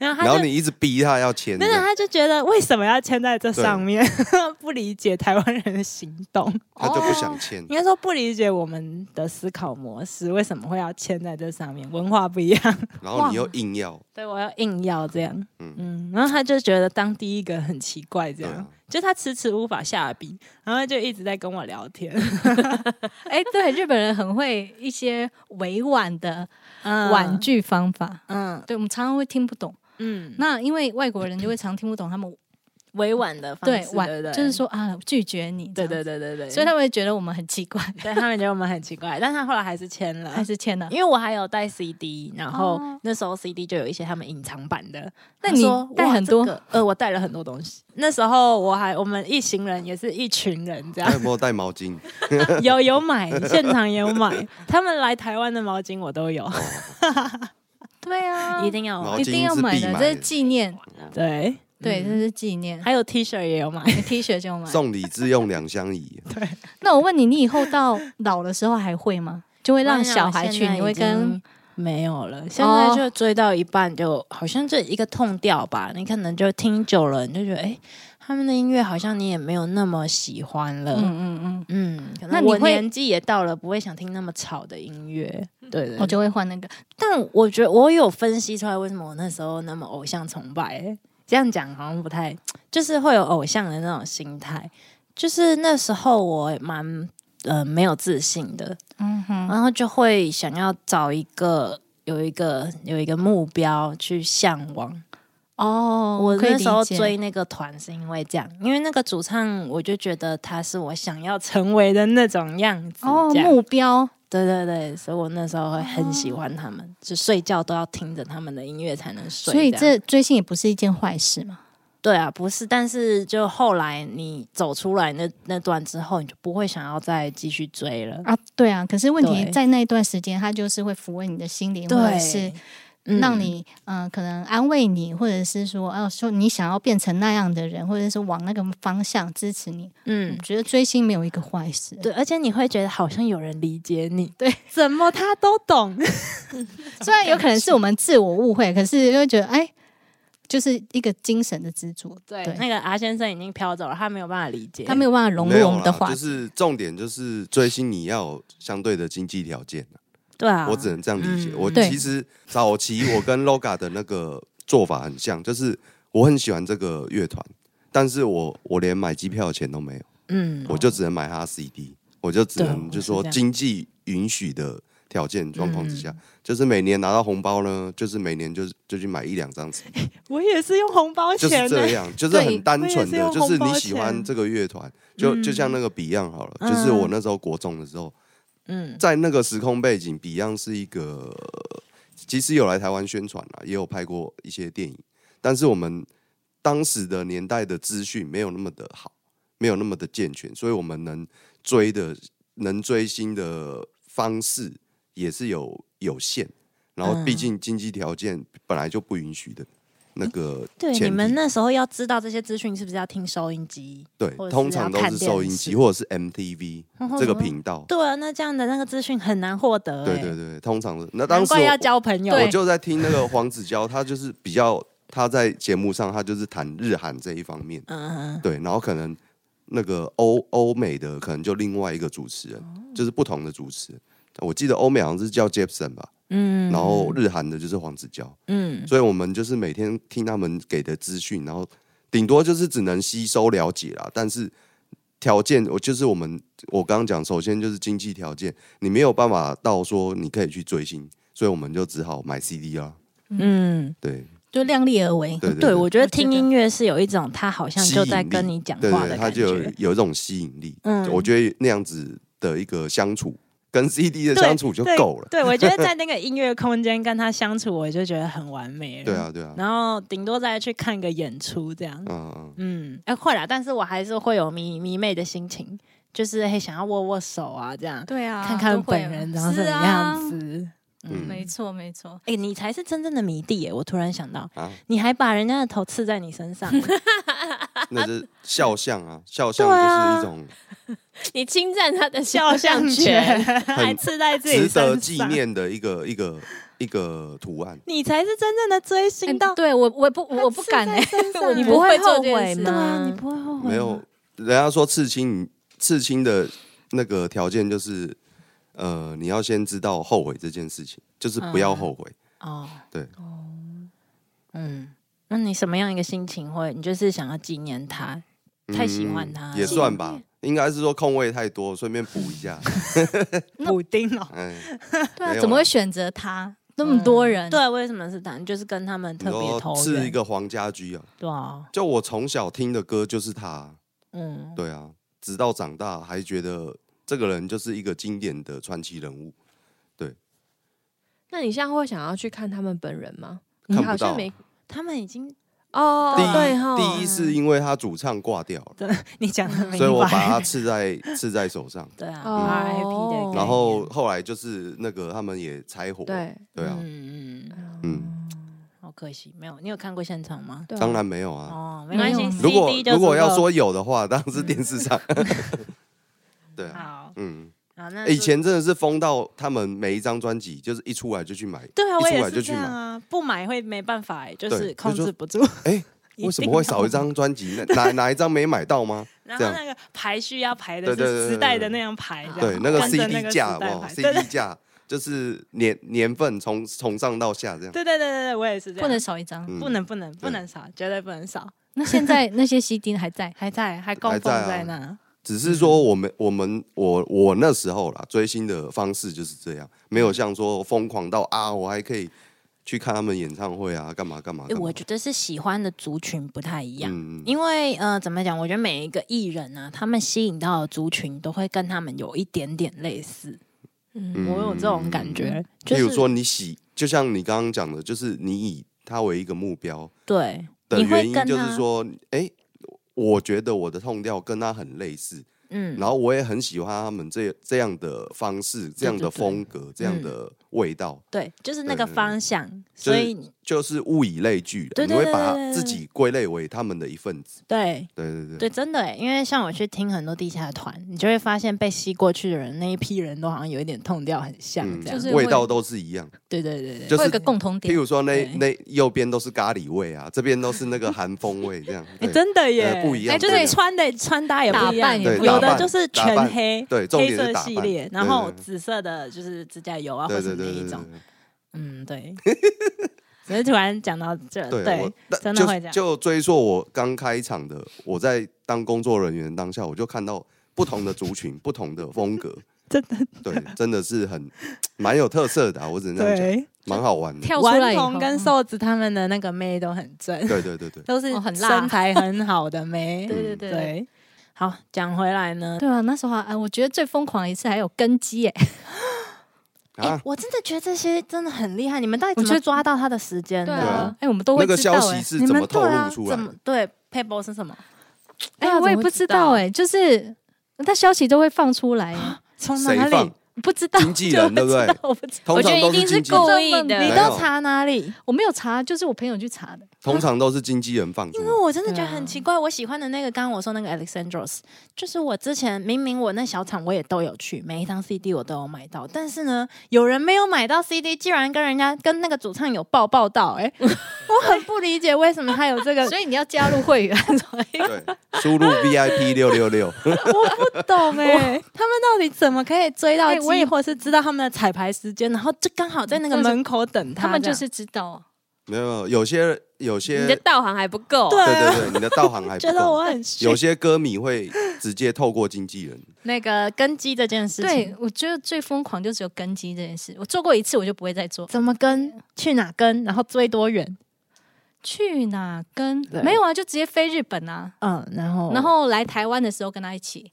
Speaker 3: 然
Speaker 2: 他
Speaker 3: 后
Speaker 2: 就。
Speaker 3: 你一直逼他要签，
Speaker 2: 没有，他就觉得为什么要签在这
Speaker 3: 对
Speaker 2: 上面， 不理解台湾人的行动。
Speaker 3: 他就不想签
Speaker 2: 应。该说不理解我们的思考模式，为什么会要签在这上面？文化不一样，
Speaker 3: 然后你又硬要，
Speaker 2: 对我要硬要这样，嗯
Speaker 3: 嗯
Speaker 2: 然后他就觉得当第一个很奇怪，这样、
Speaker 3: 对啊
Speaker 2: 就他迟迟无法下笔，然后就一直在跟我聊天，
Speaker 1: 哎，对，日本人很会一些委婉的 婉
Speaker 2: 婉拒，
Speaker 1: 拒方法，
Speaker 2: 嗯
Speaker 1: 对我们常常会听不懂。
Speaker 2: 嗯，
Speaker 1: 那因为外国人就会常听不懂他们
Speaker 2: 委婉的方
Speaker 1: 对
Speaker 2: 式，
Speaker 1: 婉
Speaker 2: 对不对
Speaker 1: 就是，说啊拒绝你，
Speaker 2: 对对，对对对，
Speaker 1: 所以他们会觉得我们很奇怪，
Speaker 2: 对他们觉得我们很奇怪，但他后来还是签了
Speaker 1: 还。是签了
Speaker 2: 嗯因。为我还有带 CD，然后
Speaker 1: 哦
Speaker 2: 那时候 CD 就有一些他们隐藏版的。
Speaker 1: 那
Speaker 2: 他
Speaker 1: 你
Speaker 2: 说
Speaker 1: 带
Speaker 2: 哇
Speaker 1: 很
Speaker 2: 这
Speaker 1: 多
Speaker 2: 个呃，我带了很多东西。那时候我还我们一行人也是一群人 这
Speaker 3: 他有
Speaker 2: 样，
Speaker 3: 没有带毛巾？
Speaker 2: 有有买，现场有买。 他们来台湾的毛巾我都有，
Speaker 1: 对啊，
Speaker 2: 一定要
Speaker 3: 毛
Speaker 2: 买
Speaker 3: 巾
Speaker 1: 一定要
Speaker 3: 是必
Speaker 1: 买的，
Speaker 3: 买
Speaker 1: 这是
Speaker 3: 的
Speaker 1: 纪念，
Speaker 2: 对
Speaker 1: 对，这
Speaker 2: 嗯
Speaker 1: 是纪 念。
Speaker 2: 还有 T 恤也有买。
Speaker 1: T 恤就买。
Speaker 3: 送礼自用两相宜，
Speaker 1: 那我问你，你以后到老的时候还会吗？就会让小孩去，
Speaker 2: 啊现在
Speaker 1: 你会
Speaker 2: 已经
Speaker 1: 跟
Speaker 2: 没有了，现在就追到一半就好像这一个痛调吧，你可能就听久了，你就觉得哎、诶他们的音乐好像你也没有那么喜欢了。
Speaker 1: 嗯嗯嗯，
Speaker 2: 嗯，可
Speaker 1: 那
Speaker 2: 能
Speaker 1: 你
Speaker 2: 我
Speaker 1: 会
Speaker 2: 年纪也到了，不会想听那么吵的音乐。对 对
Speaker 1: 我就会换那个。
Speaker 2: 但我觉得我有分析出来，为什么我那时候那么偶像崇拜、欸这样讲好像不太，就是会有偶像的那种心态。就是那时候我蛮呃没有自信的，
Speaker 1: 嗯哼，
Speaker 2: 然后就会想要找一个有一个有一个目标去向往。
Speaker 1: 哦，
Speaker 2: 我
Speaker 1: 可以
Speaker 2: 那时候
Speaker 1: 理解
Speaker 2: 追那个团是因为这样，因为那个主唱我就觉得他是我想要成为的那种样子。
Speaker 1: 哦
Speaker 2: 这样
Speaker 1: 目哦标，
Speaker 2: 对对对，所以我那时候会很喜欢他们，就睡觉都要听着他们的音乐才能睡。
Speaker 1: 所以
Speaker 2: 样
Speaker 1: 这追星也不是一件坏事嘛。
Speaker 2: 对啊，不是，但是就后来你走出来那那段之后，你就不会想要再继续追了。
Speaker 1: 啊，对啊。可是问题
Speaker 2: 对
Speaker 1: 在那一段时间，它就是会抚慰你的心灵，或者
Speaker 2: 对，
Speaker 1: 是
Speaker 2: 嗯
Speaker 1: 让你嗯、呃可能安慰你，或者是说，哦、说你想要变成那样的人，或者是往那个方向支持你。我
Speaker 2: 嗯
Speaker 1: 觉得追星没有一个坏事。
Speaker 2: 对，而且你会觉得好像有人理解 你，
Speaker 1: 对，
Speaker 2: 怎么他都 懂，
Speaker 1: 虽然有可能是我们自我误会，可是又会觉得哎，就是一个精神的支柱，
Speaker 2: 对
Speaker 1: 对
Speaker 2: 那个阿先生已经飘走了，他没有办法理解，
Speaker 1: 他没有办法融
Speaker 3: 没
Speaker 1: 入
Speaker 3: 有
Speaker 1: 我们的
Speaker 3: 啦，
Speaker 1: 话
Speaker 3: 就
Speaker 1: 题。
Speaker 3: 是重点就是追星你要有相对的经济条件啊
Speaker 2: 对啊，
Speaker 3: 我只能这样理解。
Speaker 2: 嗯
Speaker 3: 我
Speaker 1: 对
Speaker 3: 其实早期我跟 LOGA 的那个做法很像，就是我很喜欢这个乐团，但是我我连买机票的钱都没有，
Speaker 2: 嗯，
Speaker 3: 我就只能买他的 CD，我就只
Speaker 2: 对
Speaker 3: 能就
Speaker 2: 我
Speaker 3: 说
Speaker 2: 是这样
Speaker 3: 经济允许的条件状况之下，就是每年拿到红包呢，就是每年就是就去买一两张 CD。
Speaker 2: 我也是用红包
Speaker 3: 就是
Speaker 2: 钱呢
Speaker 3: 这， 样，就是很单纯的，
Speaker 2: 我也是用
Speaker 3: 就是
Speaker 2: 红包
Speaker 3: 你喜欢
Speaker 2: 钱
Speaker 3: 这个乐团，就就像那个 Beyond 好了，就是我那时候国中的时候，
Speaker 2: 嗯
Speaker 3: 在那个时空背景，Beyond 是一个其实有来台湾宣传啦，也有拍过一些电影，但是我们当时的年代的资讯没有那么的好，没有那么的健全，所以我们能追的能追星的方式也是有有限，然后毕
Speaker 2: 嗯
Speaker 3: 竟经济条件本来就不允许的。那个
Speaker 2: 对，
Speaker 3: 前
Speaker 2: 你们
Speaker 3: 提
Speaker 2: 那时候要知道这些资讯，是不是要听收音机？
Speaker 3: 对
Speaker 2: 或者，是
Speaker 3: 通常
Speaker 2: 要
Speaker 3: 都
Speaker 2: 看
Speaker 3: 是
Speaker 2: 电
Speaker 3: 收音
Speaker 2: 视嗯
Speaker 3: 机或者是 MTV 这个频道。
Speaker 2: 对啊，那这样的那个资讯很难获得、
Speaker 3: 对
Speaker 2: 欸。
Speaker 3: 对对，通常是那当
Speaker 2: 难
Speaker 3: 时
Speaker 2: 怪要
Speaker 3: 我
Speaker 2: 交朋友。
Speaker 3: 我就在听那个黄子佼，他就是比较他在节目上他就是谈日韩这一方面，
Speaker 2: 嗯，
Speaker 3: 对，然后可能那个欧欧美的可能就另外一个主持
Speaker 2: 哦
Speaker 3: 人，就是不同的主持人。我记得欧美好像是叫 Jepson 吧，
Speaker 2: 嗯
Speaker 3: 然后日韩的就是黄子佼，
Speaker 2: 嗯，
Speaker 3: 所以我们就是每天听他们给的资讯，然后顶多就是只能吸收了解啦。但是条件，我就是我们我刚刚讲，首先就是经济条件，你没有办法到说你可以去追星，所以我们就只好买 CD 啦。
Speaker 2: 嗯，
Speaker 3: 对
Speaker 1: 就量力而为。
Speaker 3: 对
Speaker 2: 哦对，我觉得听
Speaker 1: 我觉得
Speaker 2: 音乐是有一种他好像
Speaker 3: 吸
Speaker 2: 就在
Speaker 3: 引力
Speaker 2: 跟你讲
Speaker 3: 对
Speaker 2: 话
Speaker 3: 对，
Speaker 2: 的
Speaker 3: 它
Speaker 2: 感
Speaker 3: 就有
Speaker 2: 觉。
Speaker 3: 有一种吸引力。
Speaker 2: 嗯
Speaker 3: 我觉得那样子的一个相处，跟 CD 的
Speaker 2: 对
Speaker 3: 相处就
Speaker 2: 对
Speaker 3: 够了。
Speaker 2: 对，我觉得在那个音乐空间跟他相处，我就觉得很完美了。
Speaker 3: 对啊，对啊，嗯
Speaker 2: 然后顶多再去看个演出这样。
Speaker 3: 嗯，
Speaker 2: 嗯，哎、会啦，但是我还是会有迷迷妹的心情，就是会想要握握手啊，这样、
Speaker 1: 对啊
Speaker 2: 看看本人长什么样。子。
Speaker 3: 嗯
Speaker 1: 没错，没错。
Speaker 2: 哎、你才是真正的迷弟耶！我突然想到，
Speaker 3: 啊
Speaker 2: 你还把人家的头刺在你身上，
Speaker 3: 那是肖像啊，肖像
Speaker 2: 对啊
Speaker 3: 就是一种
Speaker 4: 你侵占他的
Speaker 2: 肖
Speaker 4: 肖像
Speaker 2: 像
Speaker 4: 权，
Speaker 2: 权，
Speaker 1: 还
Speaker 3: 很
Speaker 1: 刺在自己
Speaker 3: 值得
Speaker 1: 身
Speaker 3: 纪
Speaker 1: 上
Speaker 3: 念的一个一个一个图案。
Speaker 2: 你才是真正的追
Speaker 1: 哎
Speaker 2: 星到。
Speaker 1: 对我我不我不敢哎、我
Speaker 4: 你
Speaker 1: 你
Speaker 4: 不
Speaker 1: 不
Speaker 4: 会
Speaker 1: 会
Speaker 4: 后
Speaker 1: 后
Speaker 4: 悔
Speaker 1: 悔
Speaker 2: 对啊，你
Speaker 4: 吗？
Speaker 2: 不会后悔吗
Speaker 3: 没有，人家说刺青，你刺青的那个条件就是，呃，你要先知道后悔这件事情，就是不
Speaker 2: 嗯
Speaker 3: 要后悔。
Speaker 2: 哦，
Speaker 3: 对，
Speaker 2: 嗯，那你什么样一个心情会？你就是想要纪念他，太喜欢他了
Speaker 3: 嗯也算吧，应该是说空位太多，顺便补一 下。
Speaker 2: 补丁哦。
Speaker 3: 哎，
Speaker 1: 对
Speaker 3: 没
Speaker 1: 啊，
Speaker 3: 有
Speaker 1: 怎么
Speaker 3: 啦
Speaker 1: 会选择他？那么多人，
Speaker 2: 嗯对，啊为什么是他？就是跟他们
Speaker 3: 你
Speaker 2: 特别
Speaker 3: 说
Speaker 2: 投
Speaker 3: 刺一
Speaker 2: 缘，
Speaker 3: 个黄家驹啊，
Speaker 2: 对啊，
Speaker 3: 就我从小听的歌就是他，
Speaker 2: 嗯，
Speaker 3: 对啊，直到长大还觉得这个人就是一个经典的传奇人物，
Speaker 4: 那你现在会想要去看他们本人吗？
Speaker 3: 看
Speaker 4: 你
Speaker 3: 不
Speaker 4: 好
Speaker 3: 到
Speaker 4: 像。没
Speaker 2: 他们已经
Speaker 4: 哦，
Speaker 3: 第
Speaker 4: 对
Speaker 3: 一，
Speaker 4: 哈，
Speaker 3: 第一是因为他主唱挂掉了，
Speaker 2: 你讲的嗯明
Speaker 3: 所以我把
Speaker 2: 白
Speaker 3: 他，刺在刺在手上。
Speaker 2: 嗯 对啊
Speaker 4: 哦
Speaker 2: ，RIP 的概念，
Speaker 3: 然后后来就是那个他们也拆伙，
Speaker 4: 对
Speaker 3: 对啊，
Speaker 2: 嗯嗯，
Speaker 3: 嗯，
Speaker 2: 好可惜，没有。你有看过现场吗？
Speaker 4: 对啊
Speaker 3: 当然没有啊。
Speaker 2: 哦，没关
Speaker 1: 没
Speaker 2: 系
Speaker 1: 有，
Speaker 3: 如果
Speaker 2: CD 就
Speaker 3: 如果
Speaker 2: 足够
Speaker 3: 要说有的话，当然是电视 上。对啊，
Speaker 2: 嗯好，
Speaker 3: 嗯，
Speaker 2: 好，那
Speaker 3: 以前真的是疯到他们每一张专辑就是一出来就去买，
Speaker 2: 对啊，
Speaker 3: 一
Speaker 2: 我
Speaker 3: 出
Speaker 2: 也
Speaker 3: 来
Speaker 2: 是
Speaker 3: 就
Speaker 2: 这
Speaker 3: 去
Speaker 2: 样
Speaker 3: 买。
Speaker 2: 啊，不买会没办法欸，就
Speaker 3: 对
Speaker 2: 是
Speaker 3: 就
Speaker 2: 控
Speaker 3: 说
Speaker 2: 制不住。
Speaker 3: 哎，
Speaker 2: 一
Speaker 3: 为什
Speaker 2: 定
Speaker 3: 么会
Speaker 2: 要
Speaker 3: 少一？张专辑？那哪哪一张没买到 吗？
Speaker 2: 然
Speaker 3: 这
Speaker 2: 后
Speaker 3: 样
Speaker 2: 那个排序要排的
Speaker 3: 对对对
Speaker 2: 是
Speaker 3: 对
Speaker 2: 磁带的
Speaker 3: 对
Speaker 2: 那样排，这样
Speaker 3: 对，那个
Speaker 2: 跟着
Speaker 3: CD
Speaker 2: 个
Speaker 3: 架
Speaker 2: 磁
Speaker 3: 好不
Speaker 2: 带
Speaker 3: 好
Speaker 2: 排对对
Speaker 3: ？CD 架就是年年份从从上到下这样。
Speaker 2: 对对对对对，我也是这样，
Speaker 1: 不能少一张。
Speaker 3: 嗯
Speaker 2: 不能不能不
Speaker 3: 对
Speaker 2: 能少，绝对不能少，，
Speaker 1: 那现在 那些 CD 还在
Speaker 2: 还在还供
Speaker 3: 还
Speaker 2: 奉
Speaker 3: 在啊
Speaker 2: 在那，
Speaker 3: 只是
Speaker 2: 嗯
Speaker 3: 说我们我们我我那时候啦，追星的方式就是这样，没有像说疯狂到啊，我还可以去看他们演唱会啊，干嘛干嘛
Speaker 2: 欸
Speaker 3: 干嘛。
Speaker 2: 我觉得是喜欢的族群不太一样。
Speaker 3: 嗯
Speaker 2: 因为呃，怎么讲？我觉得每一个艺人啊，他们吸引到的族群都会跟他们有一点点类似。嗯
Speaker 4: 嗯
Speaker 2: 我有这种感觉，就
Speaker 3: 例
Speaker 2: 是
Speaker 3: 如说你喜，就像你刚刚讲的，就是你以他为一个目标
Speaker 2: 对，
Speaker 3: 的
Speaker 2: 你会
Speaker 3: 原因
Speaker 2: 跟，
Speaker 3: 就
Speaker 2: 他
Speaker 3: 是说，哎、我觉得我的痛调跟他很类似，
Speaker 2: 嗯，
Speaker 3: 然后我也很喜欢他们这这样的方式、这样的
Speaker 2: 对对嗯
Speaker 3: 风格、这样的味道，
Speaker 2: 对，就是那个
Speaker 3: 对对对
Speaker 2: 方向，
Speaker 3: 就
Speaker 2: 所
Speaker 3: 是
Speaker 2: 以
Speaker 3: 就是物以类聚的，
Speaker 2: 对
Speaker 3: 你
Speaker 2: 对
Speaker 3: 会
Speaker 2: 对
Speaker 3: 把
Speaker 2: 对对
Speaker 3: 自
Speaker 2: 对
Speaker 3: 己归类为他们的一份子。
Speaker 2: 对
Speaker 3: 对对对。
Speaker 2: 对，真的欸，因为像我去听很多地下团，你就会发现被吸过去的人那一批人都好像有一点痛调很像，这样、
Speaker 1: 就是
Speaker 3: 嗯味
Speaker 1: 会
Speaker 3: 道都是一样，
Speaker 2: 对对对对。
Speaker 3: 就
Speaker 1: 会有
Speaker 3: 是
Speaker 1: 个共同
Speaker 3: 譬
Speaker 1: 点
Speaker 3: 如，说那
Speaker 2: 对
Speaker 3: 那右边都是咖喱味啊，这边都是那个韩风味 这样，
Speaker 2: 哎、
Speaker 3: 对
Speaker 2: 真的耶，
Speaker 3: 呃不一样
Speaker 2: 哎就
Speaker 3: 不一
Speaker 2: 是
Speaker 3: 样
Speaker 2: 穿的穿搭也不一
Speaker 1: 打
Speaker 2: 样，
Speaker 1: 扮也
Speaker 3: 对不一
Speaker 2: 有
Speaker 3: 样
Speaker 2: 的就是全黑，
Speaker 3: 对，重
Speaker 2: 黑
Speaker 3: 点是
Speaker 2: 色
Speaker 3: 打
Speaker 2: 系
Speaker 3: 扮
Speaker 2: 列，然后
Speaker 3: 对对
Speaker 2: 紫色的就是指甲油啊或
Speaker 3: 对
Speaker 2: 者
Speaker 3: 对
Speaker 2: 那
Speaker 3: 对
Speaker 2: 一
Speaker 3: 对
Speaker 2: 种，
Speaker 3: 对
Speaker 2: 嗯， 对。只是突然讲到这，
Speaker 3: 对
Speaker 2: 对
Speaker 3: 我，但
Speaker 2: 真的
Speaker 3: 就
Speaker 2: 会这样
Speaker 3: 就追溯我刚开场的，我在当工作人员当下，我就看到不同的族群、不同的风格，
Speaker 2: 真
Speaker 3: 的对，真的是很蛮有特色的啊，我只能这样讲，
Speaker 2: 对，
Speaker 3: 蛮好玩的。
Speaker 1: 跳出来
Speaker 2: 顽
Speaker 1: 以
Speaker 2: 童
Speaker 1: 后，
Speaker 2: 跟
Speaker 1: 嗯
Speaker 2: 瘦子他们的那个妹都很正，
Speaker 3: 对对对对，
Speaker 2: 都是
Speaker 1: 哦很辣
Speaker 2: 身材很好的妹，
Speaker 1: 对对对对。
Speaker 2: 对，好，讲回来呢，
Speaker 1: 对啊，那时候啊，啊我觉得最疯狂的一次还有根基耶，
Speaker 2: 哎、
Speaker 3: 啊，
Speaker 2: 我真的觉得这些真的很厉害，你们到底
Speaker 1: 我
Speaker 2: 怎
Speaker 1: 觉
Speaker 2: 么
Speaker 1: 得
Speaker 2: 抓到他的时间
Speaker 4: 对
Speaker 2: 的？
Speaker 3: 啊
Speaker 1: 哎，我们都
Speaker 3: 那
Speaker 1: 会
Speaker 3: 个
Speaker 1: 知道
Speaker 3: 消息
Speaker 1: 哎，
Speaker 3: 是
Speaker 2: 你
Speaker 3: 怎
Speaker 2: 们
Speaker 3: 么
Speaker 2: 对
Speaker 3: 透
Speaker 2: 啊，
Speaker 3: 露出来
Speaker 2: 怎
Speaker 3: 的
Speaker 2: 么？对 p a y b a l 是什么？
Speaker 4: 对啊
Speaker 1: 哎，我也
Speaker 4: 怎么
Speaker 1: 不
Speaker 4: 会知
Speaker 1: 知
Speaker 4: 道
Speaker 1: 道啊哎，就是他消息都会放出来耶，
Speaker 2: 啊从哪
Speaker 3: 谁
Speaker 2: 里
Speaker 3: 放？？
Speaker 1: 不知道
Speaker 3: 经纪人
Speaker 1: 就会
Speaker 3: 对不
Speaker 1: 知
Speaker 3: 对
Speaker 1: 道我不知道，
Speaker 3: 通
Speaker 4: 我觉
Speaker 3: 常
Speaker 4: 得一
Speaker 3: 都是
Speaker 4: 定
Speaker 3: 经
Speaker 4: 是
Speaker 3: 纪人
Speaker 4: 故意的，
Speaker 2: 你
Speaker 3: 没
Speaker 2: 都
Speaker 3: 有
Speaker 2: 查哪里？
Speaker 1: 我没有查，就是我朋友去查的，
Speaker 3: 通常都是经纪人放出
Speaker 2: 因
Speaker 3: 来
Speaker 2: 为。我真的觉得
Speaker 4: 对啊
Speaker 2: 很奇怪，我喜欢的那个，刚刚我说那个 Alexandros，就是我之前明明我那小厂我也都有去，每一张 CD 我都有买到，但是呢，有人没有买到 CD，竟然跟人家跟那个主唱有抱抱到、哎，我很不理解为什么他有这 个，
Speaker 1: 呃所以你要加入会员，
Speaker 3: 对，输入 VIP 六六六，
Speaker 2: 我不懂哎、他们到底怎么可以追到
Speaker 1: 哎
Speaker 2: 机，
Speaker 1: 我也
Speaker 2: 或是知道他们的彩排时间，然后就刚好在那个门口等
Speaker 1: 他们
Speaker 2: 这
Speaker 1: 就
Speaker 2: 样
Speaker 1: 是知道啊。
Speaker 3: 没有有些有些
Speaker 4: 你的道行还不够。
Speaker 2: 对
Speaker 3: 对
Speaker 2: 啊
Speaker 3: 对对，你的道行还不
Speaker 2: 觉得
Speaker 3: 够。
Speaker 2: 我很
Speaker 3: 有
Speaker 2: 逊
Speaker 3: 些歌迷会直接透过经纪人，
Speaker 2: 那个根基这件事情
Speaker 1: 对，，我觉得最疯狂就只有根基这件事，我做过一次我就不会再做。
Speaker 2: 怎么跟去哪跟，然后追多远，
Speaker 1: 去哪跟
Speaker 2: 对
Speaker 1: 没有啊，就直接飞日本啊，
Speaker 2: 嗯，然
Speaker 3: 哦
Speaker 2: 后
Speaker 1: 然后来台湾的时候跟他一起。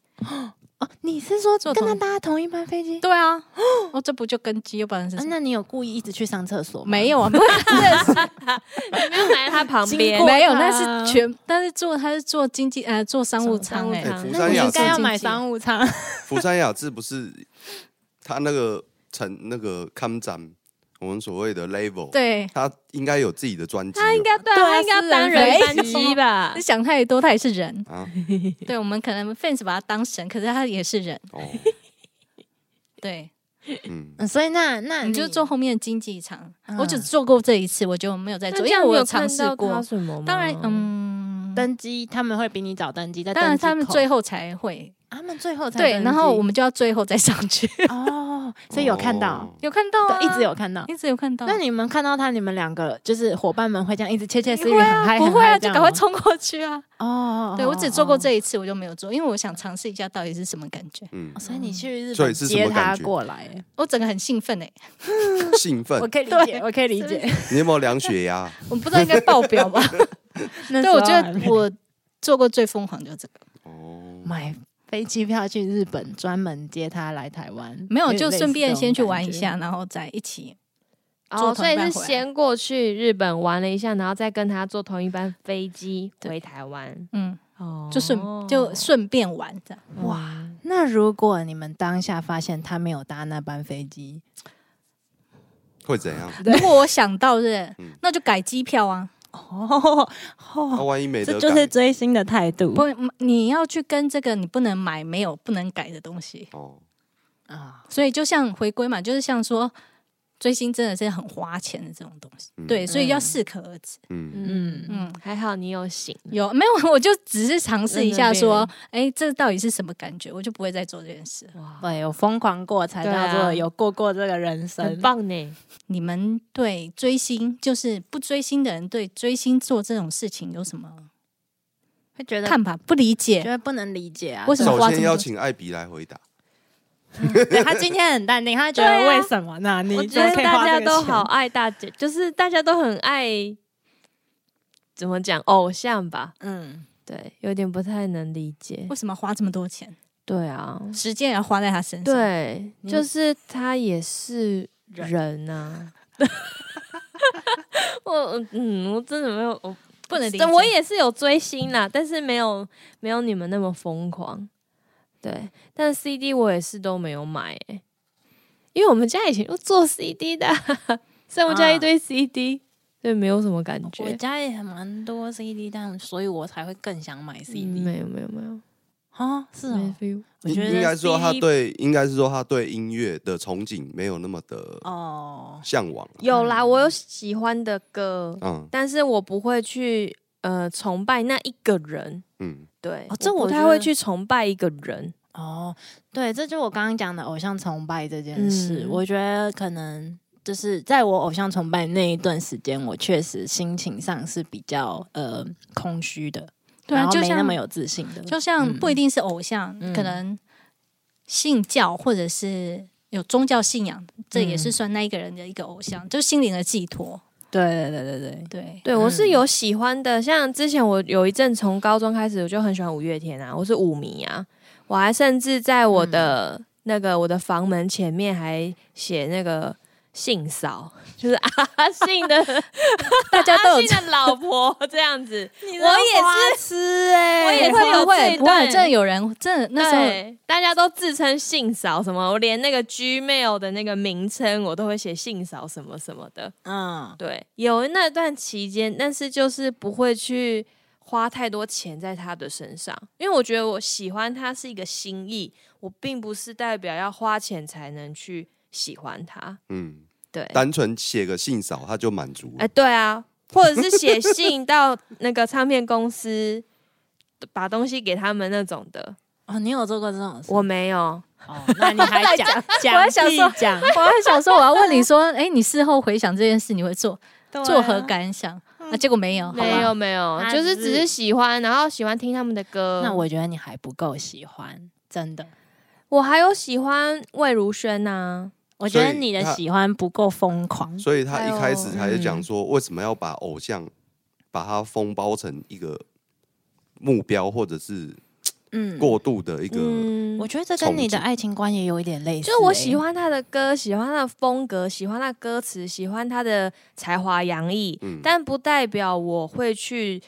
Speaker 2: 哦，你是说
Speaker 1: 坐
Speaker 2: 跟他
Speaker 1: 同
Speaker 2: 搭同一班飞机？
Speaker 1: 对啊， 哦，这不就根基，又不然是
Speaker 2: 啊
Speaker 1: 什么？
Speaker 2: 那你有故意一直去上厕所吗？
Speaker 1: 没有啊，不是
Speaker 4: 你没有来他旁
Speaker 2: 经
Speaker 4: 边
Speaker 2: 过，
Speaker 1: 没有，
Speaker 2: 他
Speaker 1: 那是全，但是坐他是坐经济呃坐啊商务
Speaker 4: 商
Speaker 1: 舱
Speaker 4: 务
Speaker 1: 哎、
Speaker 3: 哎、
Speaker 4: 舱啊
Speaker 3: 福
Speaker 2: 那
Speaker 3: 山
Speaker 2: 你
Speaker 3: 雅
Speaker 2: 应
Speaker 3: 治
Speaker 2: 该要
Speaker 1: 经
Speaker 2: 买
Speaker 1: 济
Speaker 2: 商务舱。
Speaker 3: 釜山雅治不是他那个成那个看展，我我们所谓的 level，
Speaker 1: 对，
Speaker 3: 他应该有自己的专辑哦
Speaker 4: 他应
Speaker 3: 了
Speaker 4: 该对啊，
Speaker 1: 对啊
Speaker 4: 他应该
Speaker 1: 私人
Speaker 4: 单人
Speaker 1: 飞
Speaker 4: 单机吧
Speaker 1: 你？想太多，他也是人。
Speaker 3: 啊，
Speaker 1: 对我们可能 fans 把他当神，可是他也是人。
Speaker 3: 哦，
Speaker 1: 对，
Speaker 3: 嗯，
Speaker 2: 嗯所以那那
Speaker 1: 你就做后面的经济舱，
Speaker 2: 嗯
Speaker 1: 我只做过这一次，我觉得我没有再
Speaker 4: 那
Speaker 1: 做，因
Speaker 4: 这样
Speaker 1: 为
Speaker 4: 你
Speaker 1: 我
Speaker 4: 有
Speaker 1: 尝试
Speaker 4: 看到他
Speaker 1: 过。
Speaker 4: 什么吗
Speaker 1: 当然，，嗯，
Speaker 2: 登机，他们会比你早登机，在
Speaker 1: 当然
Speaker 2: 登机
Speaker 1: 他们
Speaker 2: 口
Speaker 1: 最后才会
Speaker 2: 他们最后才
Speaker 1: 对，
Speaker 2: 登
Speaker 1: 然后
Speaker 2: 机
Speaker 1: 我 们就要最后再上去。
Speaker 2: 哦， 所以有看到，
Speaker 3: 哦，
Speaker 1: 有看到啊，
Speaker 2: 对，一直有看到。
Speaker 1: 一直有看到。
Speaker 2: 那你们看到他，你们两个就是伙伴们会这样一直窃窃
Speaker 1: 也
Speaker 2: 私语，很嗨，
Speaker 1: 不
Speaker 2: 很
Speaker 1: 会啊，
Speaker 2: 嗨这
Speaker 1: 就
Speaker 2: 样
Speaker 1: 赶快
Speaker 2: 吗
Speaker 1: 冲过去啊！
Speaker 2: 哦哦。哦
Speaker 1: 对我只做过，
Speaker 2: 哦
Speaker 1: 这一次，我就没有做，因为我想尝试一下到底是什么感觉。
Speaker 3: 嗯
Speaker 2: 哦，所以你去日
Speaker 3: 所
Speaker 2: 本
Speaker 3: 以是什么
Speaker 2: 接他
Speaker 3: 感觉
Speaker 2: 过来，
Speaker 1: 我整个很兴奋哎，
Speaker 3: 兴奋
Speaker 2: 我，可以理解，我可以理解。
Speaker 3: 你有没有量血压？
Speaker 1: 我不知道应该爆表 吧？
Speaker 2: 那时
Speaker 1: 对，
Speaker 2: 候
Speaker 1: 我觉
Speaker 2: 还
Speaker 1: 得
Speaker 2: 没
Speaker 1: 我做过最疯狂就是这个，
Speaker 3: 哦，
Speaker 2: 买飞机票去日本，专门接他来台湾，
Speaker 1: 没有
Speaker 2: 点
Speaker 1: 就
Speaker 2: 类
Speaker 1: 顺
Speaker 2: 似这
Speaker 1: 便
Speaker 2: 种
Speaker 1: 先去
Speaker 2: 感
Speaker 1: 玩一
Speaker 2: 觉。
Speaker 1: 下，然后再一起。
Speaker 4: 哦，
Speaker 1: 坐
Speaker 4: 所以
Speaker 1: 同一班
Speaker 4: 是
Speaker 1: 回来
Speaker 4: 先过去日本玩了一下，然后再跟他坐同一班飞机回台湾。
Speaker 1: 嗯，
Speaker 4: 哦嗯
Speaker 1: 就顺就顺便玩这样，
Speaker 4: 哇，
Speaker 2: 那如果你们当下发现他没有搭那班飞机，
Speaker 3: 会怎 样？
Speaker 1: 如果我想到是
Speaker 3: 嗯，
Speaker 1: 那就改机票啊。
Speaker 2: 哦，
Speaker 3: 那万一没
Speaker 2: 这
Speaker 3: 得
Speaker 2: 就是
Speaker 3: 改，
Speaker 2: 追星的态度
Speaker 1: 不，嗯你要去跟这个你不能买没有不能改的东西，
Speaker 3: 哦，
Speaker 2: 啊！
Speaker 1: 所以就像回归嘛，就是像说追星真的是很花钱的这种东西，
Speaker 3: 嗯
Speaker 1: 对，所以要适可而止。
Speaker 3: 嗯，
Speaker 2: 嗯
Speaker 1: 嗯，
Speaker 4: 还好你有醒，
Speaker 1: 有没有？我就只是尝试一下，
Speaker 2: 认
Speaker 1: 说
Speaker 2: 真，
Speaker 1: 哎，这到底是什么感觉？我就不会再做这件事了。
Speaker 4: 哇，
Speaker 2: 对，有疯狂过才叫
Speaker 4: 对
Speaker 2: 做
Speaker 4: 啊
Speaker 2: 有过过这个人
Speaker 4: 很
Speaker 2: 生。
Speaker 4: 棒呢。
Speaker 1: 你们对追星，就是不追星的人对追星做这种事情有什么
Speaker 2: 会觉得
Speaker 1: 看法？不理
Speaker 2: 觉
Speaker 1: 解，
Speaker 2: 得不能理解啊！
Speaker 1: 为什么
Speaker 3: 首
Speaker 1: 花这
Speaker 3: 先
Speaker 1: 么
Speaker 3: 邀
Speaker 1: 多？
Speaker 3: 请艾比来回答，
Speaker 2: 对啊他今天很淡定，他觉得为什么呢？你
Speaker 4: 啊我
Speaker 2: 怎
Speaker 4: 觉
Speaker 2: 么
Speaker 4: 得
Speaker 2: 可以
Speaker 4: 大
Speaker 2: 花
Speaker 4: 家
Speaker 2: 这个
Speaker 4: 都
Speaker 2: 钱
Speaker 4: 好，爱大姐，就是大家都很爱，怎么讲偶像吧？
Speaker 2: 嗯，
Speaker 4: 对，有点不太能理解
Speaker 1: 为。什么花这么多钱？
Speaker 4: 对啊，
Speaker 1: 时间也要花在他身上。，
Speaker 4: 对，
Speaker 2: 你
Speaker 4: 就是他也是人 呐、我嗯，我真的没有，我
Speaker 1: 不能理解。
Speaker 4: 但我也是有追星啦，但是没有没有你们那么疯狂。对，但 CD 我也是都没有买、欸，因为我们家以前就做 CD 的啊，所以我家一堆 CD，、对，没有什么感觉
Speaker 2: 我。家也蛮多 CD，但所以我才会更想买
Speaker 4: 嗯
Speaker 2: CD
Speaker 4: 没有没有没有，
Speaker 2: 啊。是
Speaker 4: 没
Speaker 2: 哦，
Speaker 4: feel。
Speaker 2: 我觉得
Speaker 3: 应该说他
Speaker 2: CD
Speaker 3: 对，应该是说他对音乐的憧憬没有那么的
Speaker 2: 哦，
Speaker 3: 向往啊，
Speaker 4: 有啦，我有喜欢的歌，
Speaker 3: 嗯
Speaker 4: 但是我不会去呃崇拜那一个人。
Speaker 3: 嗯，
Speaker 4: 对，
Speaker 2: 哦这
Speaker 4: 我
Speaker 2: 我
Speaker 4: 不
Speaker 2: 觉
Speaker 4: 太
Speaker 2: 得
Speaker 4: 会去崇拜一个人。
Speaker 2: 哦，对，这就是我刚刚讲的偶像崇拜这件事。
Speaker 4: 嗯
Speaker 2: 我觉得可能就是在我偶像崇拜那一段时间，我确实心情上是比较呃空虚的，
Speaker 1: 对啊
Speaker 2: 然，后
Speaker 1: 就
Speaker 2: 没那
Speaker 1: 像
Speaker 2: 么有自信的，
Speaker 1: 就像
Speaker 2: 嗯
Speaker 1: 不一定是偶像，
Speaker 2: 嗯
Speaker 1: 可能信教或者是有宗教信仰，这也是算那一个人的一个偶像，就是心灵的寄托。
Speaker 2: 对对对对嗯对，
Speaker 1: 对，
Speaker 4: 对我是
Speaker 2: 嗯
Speaker 4: 有喜欢的，像之前我有一阵从高中开始我就很喜欢五月天啊，我是舞迷啊，我还甚至在我的、
Speaker 2: 嗯
Speaker 4: 那个我的房门前面还写那个。性骚 就是阿信 的，
Speaker 1: 大家都
Speaker 4: 阿
Speaker 1: 有
Speaker 4: 信。的老婆这 样子，
Speaker 2: 我
Speaker 4: 的
Speaker 2: 也是吃哎
Speaker 4: 我也会有
Speaker 1: 不会
Speaker 4: 这
Speaker 1: 不会，
Speaker 4: 段
Speaker 1: 真的有人真的那时候
Speaker 4: 对大家都自称性骚什么，我连那个 Gmail 的那个名称我都会写性骚什么什么的，
Speaker 2: 嗯，
Speaker 4: 对，有那段期间，但是就是不会去花太多钱在他的身上，因为我觉得我喜欢他是一个心意，我并不是代表要花钱才能去喜欢他。
Speaker 3: 嗯，
Speaker 4: 对，哎、
Speaker 3: 单纯写个信嫂他就满足了，
Speaker 4: 对啊，或者是写信到那个唱片公司，把东西给他们那种的，
Speaker 2: 哦，你有做过这种事？
Speaker 4: 我没有。
Speaker 2: 哦，那你还讲
Speaker 1: 我
Speaker 2: 讲
Speaker 1: 还想
Speaker 2: 屁
Speaker 1: 说
Speaker 2: 讲，
Speaker 1: 我还想说，我要问你说，哎，你事后回想这件事，你会做
Speaker 2: 对啊
Speaker 1: 作何？感想？啊，结果没有，好吧
Speaker 4: 没有没有，
Speaker 2: 他
Speaker 4: 就是
Speaker 2: 只
Speaker 4: 只
Speaker 2: 是
Speaker 4: 是喜欢，然后喜欢听他们的歌。
Speaker 2: 那我觉得你还不够喜欢，真的。
Speaker 4: 我还有喜欢魏如萱啊呐、
Speaker 2: 我觉
Speaker 3: 所
Speaker 2: 得
Speaker 3: 以
Speaker 2: 你的
Speaker 3: 他
Speaker 2: 喜欢不够疯狂，
Speaker 3: 所以他一开始
Speaker 4: 哎
Speaker 3: 才
Speaker 4: 呦
Speaker 3: 是讲说为什么要把偶像把它封包成一个目标或者是
Speaker 2: 嗯，
Speaker 3: 过度的一个，
Speaker 4: 嗯
Speaker 2: 我觉得这跟你的
Speaker 3: 憧憬
Speaker 2: 爱情观也有一点类似欸、
Speaker 4: 就是我喜欢他的歌，喜欢他的风格，喜欢他的歌词，喜欢他的才华洋溢，
Speaker 3: 嗯
Speaker 4: 但不代表我会去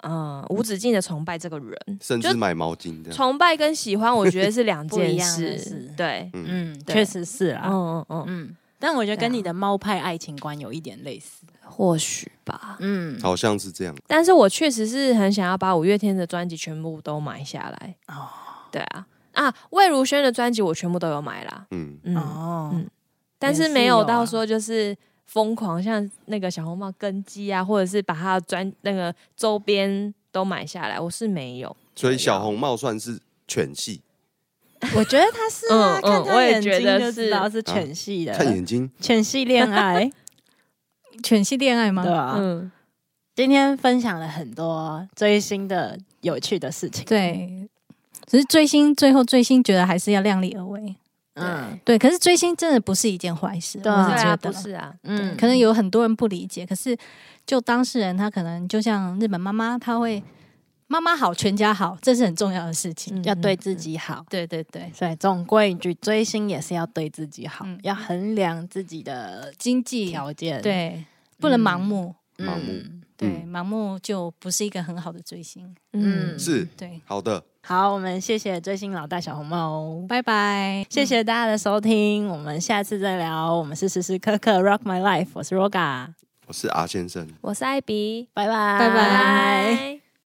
Speaker 4: 呃无止境的崇拜这个人。
Speaker 3: 甚至买毛巾这样，
Speaker 4: 崇拜跟喜欢，我觉得是两
Speaker 2: 不一
Speaker 4: 件
Speaker 2: 样的
Speaker 4: 事
Speaker 2: 事。
Speaker 4: 对，
Speaker 3: 嗯
Speaker 2: 嗯，
Speaker 4: 对
Speaker 2: 确实是啦，
Speaker 4: 嗯嗯嗯，
Speaker 2: 嗯，但我觉得
Speaker 4: 对啊
Speaker 2: 跟你的猫派爱情观有一点类似。
Speaker 4: 或许吧。
Speaker 2: 嗯，
Speaker 3: 好像是这样。
Speaker 4: 但是我确实是很想要把五月天的专辑全部都买下来。
Speaker 2: 哦
Speaker 4: 对啊，啊，魏如萱的专辑我全部都有买啦。
Speaker 3: 嗯，
Speaker 4: 嗯，
Speaker 2: 哦，
Speaker 4: 嗯但
Speaker 2: 也
Speaker 4: 是
Speaker 2: 是
Speaker 4: 没有
Speaker 2: 有
Speaker 4: 到
Speaker 2: 啊
Speaker 4: 说就是疯狂，像那个小红帽跟机啊，或者是把它的专那个周边都买下来，我是没有。
Speaker 3: 所以小红帽算是犬系，
Speaker 2: 我觉得他是啊，
Speaker 4: 嗯嗯
Speaker 2: 看
Speaker 4: 我
Speaker 2: 他
Speaker 4: 也
Speaker 2: 眼
Speaker 4: 觉
Speaker 2: 睛
Speaker 4: 得
Speaker 2: 就知
Speaker 4: 是
Speaker 2: 道是犬系
Speaker 3: 嗯
Speaker 2: 的，
Speaker 3: 看眼睛，
Speaker 2: 犬系恋 爱，
Speaker 1: 犬系恋爱吗
Speaker 2: 对？吧？
Speaker 4: 嗯，
Speaker 2: 今天分享了很多追星的有趣的事情，，
Speaker 1: 对，只是追星最后追星觉得还是要量力而为。
Speaker 2: 嗯
Speaker 1: 对，可是追星真的不是一件坏事，
Speaker 2: 对啊
Speaker 1: 我
Speaker 4: 对
Speaker 1: 是觉
Speaker 4: 啊，
Speaker 1: 得
Speaker 4: 不是啊，
Speaker 2: 嗯，
Speaker 1: 可能有很多人不理解，可是就当事人他可能就像日本妈妈，他会妈妈好，全家好，这是很重要的事情。
Speaker 4: 嗯
Speaker 2: 要对自。己好。
Speaker 1: 对对对，
Speaker 2: 所以总归一句，追星也是要对自己好，
Speaker 1: 嗯
Speaker 2: 要衡量自己的
Speaker 1: 经济
Speaker 2: 条件，，
Speaker 1: 对，不能盲目，
Speaker 3: 盲目
Speaker 2: 嗯
Speaker 1: 对，盲目就不是一个很好的追星。
Speaker 4: 嗯
Speaker 2: 嗯，
Speaker 3: 是
Speaker 1: 对，
Speaker 3: 好的，
Speaker 2: 好，我们谢谢追星老大小红帽哦。
Speaker 1: 拜拜，
Speaker 2: 谢谢大家的收听，我们下次再聊。我们是时时刻刻 Rock My Life，我是 Roga，
Speaker 3: 我是阿先生。
Speaker 4: 我是艾比，
Speaker 2: 拜拜，
Speaker 1: 拜拜。
Speaker 4: 拜